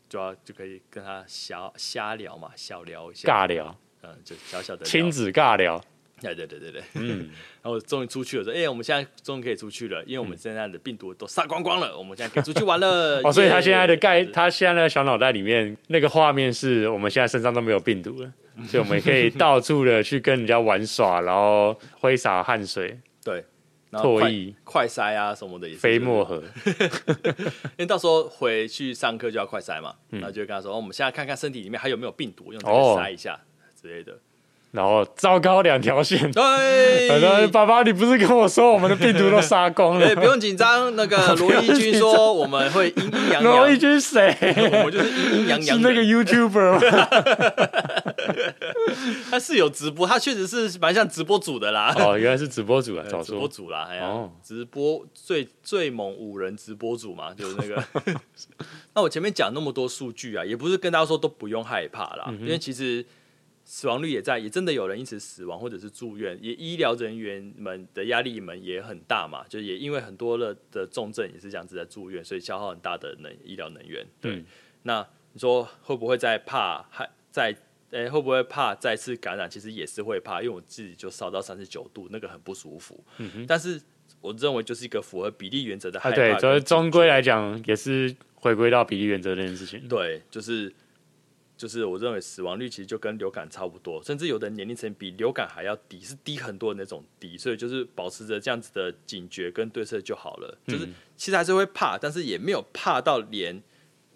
[SPEAKER 1] 就要就可以跟他瞎瞎聊嘛，小聊一下，
[SPEAKER 2] 尬聊，
[SPEAKER 1] 嗯，就小小的
[SPEAKER 2] 亲子尬聊，
[SPEAKER 1] 哎对对对对对。
[SPEAKER 2] 嗯，
[SPEAKER 1] 然后我终于出去了，说：“哎、我们现在终于可以出去了，因为我们现在的病毒都杀光光了，我们现在可以出去玩了。
[SPEAKER 2] 哦，所以他
[SPEAKER 1] 耶
[SPEAKER 2] 现在的概，
[SPEAKER 1] 就是
[SPEAKER 2] 他现在的小脑袋里面那个画面是我们现在身上都没有病毒了，所以我们 可以到处的去跟人家玩耍，然后挥洒汗水、
[SPEAKER 1] 对，然后
[SPEAKER 2] 唾
[SPEAKER 1] 快
[SPEAKER 2] 液、
[SPEAKER 1] 快筛啊什么的也是
[SPEAKER 2] 飞
[SPEAKER 1] 就是
[SPEAKER 2] 沫，盒，
[SPEAKER 1] 因为到时候回去上课就要快筛嘛，然后就会跟他说：哦我们现在看看身体里面还有没有病毒，用这个
[SPEAKER 2] 嗯哦
[SPEAKER 1] 筛一下、之类的。哎
[SPEAKER 2] 然后糟糕，两条线。
[SPEAKER 1] 对，
[SPEAKER 2] 然后哎爸爸，你不是跟我说我们的病毒都杀光
[SPEAKER 1] 哎、
[SPEAKER 2] 了？
[SPEAKER 1] 不用紧张。那 个罗毅军说我们会阴阴阳
[SPEAKER 2] 罗毅
[SPEAKER 1] 阳，
[SPEAKER 2] 军谁？
[SPEAKER 1] 我们就是阴阴阳
[SPEAKER 2] 是
[SPEAKER 1] 阳的。
[SPEAKER 2] 那个 YouTuber 吗？
[SPEAKER 1] 他是有直播，他确实是蛮像直播主的啦。
[SPEAKER 2] 哦，原来是直播主啊，早
[SPEAKER 1] 直播
[SPEAKER 2] 说。
[SPEAKER 1] 主啦，哎呀、
[SPEAKER 2] 哦
[SPEAKER 1] 直播最最猛五人直播主 嘛，就是那个。 那我前面讲那么多数据啊，也不是跟大家说都不用害怕
[SPEAKER 2] 嗯
[SPEAKER 1] 啦，因为其实死亡率也在，也真的有人因此死亡或者是住院，也医疗人员们的压力们也很大嘛，就也因为很多了的重症也是这样子在住院，所以消耗很大的能医疗能源。对，
[SPEAKER 2] 嗯
[SPEAKER 1] 那你说会不会再怕还再？诶、会不会怕再次感染？其实也是会怕，因为我自己就烧到三十九度，那个很不舒服。但是我认为就是一个符合比例原则的害
[SPEAKER 2] 嗯啊，
[SPEAKER 1] 怕
[SPEAKER 2] 对
[SPEAKER 1] 跟，
[SPEAKER 2] 所以终归来讲也是回归到比例原则这件事情。
[SPEAKER 1] 对，就是就是我认为死亡率其实就跟流感差不多，甚至有的年龄层比流感还要低，是低很多的那种低，所以就是保持着这样子的
[SPEAKER 2] 嗯
[SPEAKER 1] 警觉跟对策就好了。就是其实还是会怕，但是也没有怕到连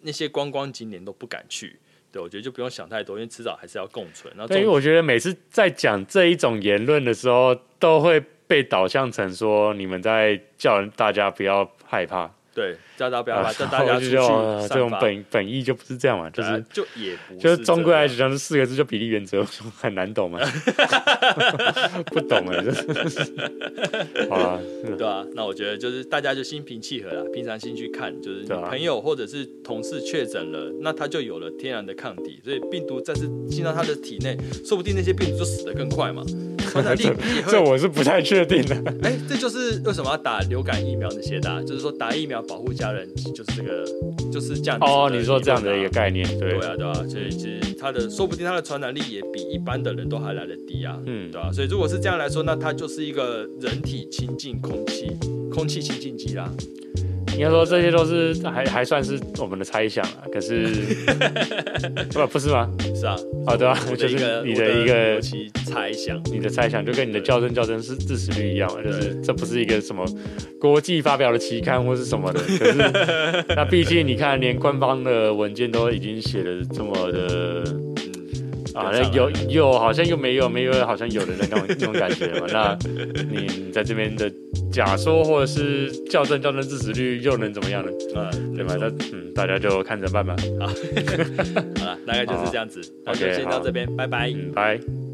[SPEAKER 1] 那些观光景点都不敢去。对，我觉得就不用想太多，因为迟早还是要共存。然后
[SPEAKER 2] 对，因为
[SPEAKER 1] 重
[SPEAKER 2] 我觉得每次在讲这一种言论的时候，都会被导向成说你们在叫人大家不要害怕，啊
[SPEAKER 1] 对，叫大家不要怕，叫大
[SPEAKER 2] 然
[SPEAKER 1] 家
[SPEAKER 2] 后
[SPEAKER 1] 出
[SPEAKER 2] 就
[SPEAKER 1] 去
[SPEAKER 2] 这种这
[SPEAKER 1] 散
[SPEAKER 2] 种
[SPEAKER 1] 发。
[SPEAKER 2] 本本意就不是这样嘛，就
[SPEAKER 1] 对
[SPEAKER 2] 是
[SPEAKER 1] 啊就也不
[SPEAKER 2] 就是
[SPEAKER 1] 是
[SPEAKER 2] 中
[SPEAKER 1] 这
[SPEAKER 2] 归来
[SPEAKER 1] 样
[SPEAKER 2] 讲，讲是四个字，就比例原则很难 懂嘛，不懂哎，真 是好啦，
[SPEAKER 1] 对啊，那我觉得就是大家就心平气和啦，平常心去看，就是你
[SPEAKER 2] 对啊
[SPEAKER 1] 朋友或者是同事确诊了，那他就有了天然的抗体，所以病毒再次进到他的体内，说不定那些病毒就死得更快 嘛。传染力也
[SPEAKER 2] 这
[SPEAKER 1] 会，
[SPEAKER 2] 我是不太确定的。
[SPEAKER 1] 哎、这就是为什么要打流感疫苗那些的啊、就是说打疫苗保护家人，就是这个，就是这样子的理论啊、
[SPEAKER 2] 哦，你说这样的一个概念，对
[SPEAKER 1] 对啊，对啊，所以其实它的说不定它的传染力也比一般的人都还来得低啊，
[SPEAKER 2] 嗯
[SPEAKER 1] 对啊，所以如果是这样来说，那它就是一个人体亲近空气、空气清净机啦。
[SPEAKER 2] 应该说这些都是还还算是我们的猜想啊，可是不不是吗？
[SPEAKER 1] 是啊，
[SPEAKER 2] 好的啊
[SPEAKER 1] 我的
[SPEAKER 2] 就是
[SPEAKER 1] 一个
[SPEAKER 2] 你
[SPEAKER 1] 我
[SPEAKER 2] 的
[SPEAKER 1] 的
[SPEAKER 2] 一个
[SPEAKER 1] 尤其猜想，
[SPEAKER 2] 你的猜想就跟你的校正校正是致死率一样嘛，就是
[SPEAKER 1] 对
[SPEAKER 2] 这不是一个什么国际发表的期刊或是什么的，可是 那毕竟你看，连官方的文件都已经写的这么的
[SPEAKER 1] 嗯，
[SPEAKER 2] 啊，
[SPEAKER 1] 跟
[SPEAKER 2] 那
[SPEAKER 1] 上来
[SPEAKER 2] 有
[SPEAKER 1] 了
[SPEAKER 2] 有好像又没有，没有好像有的那种那种感觉嘛。 那你你在这边的假说或者是校正校正致死率又能怎么样呢？
[SPEAKER 1] 呃，
[SPEAKER 2] 对吧？那嗯，大家就看着办吧。
[SPEAKER 1] 好了，大概就是这样子，那就
[SPEAKER 2] OK，
[SPEAKER 1] 先到
[SPEAKER 2] 好
[SPEAKER 1] 这边，拜拜。
[SPEAKER 2] 嗯，拜。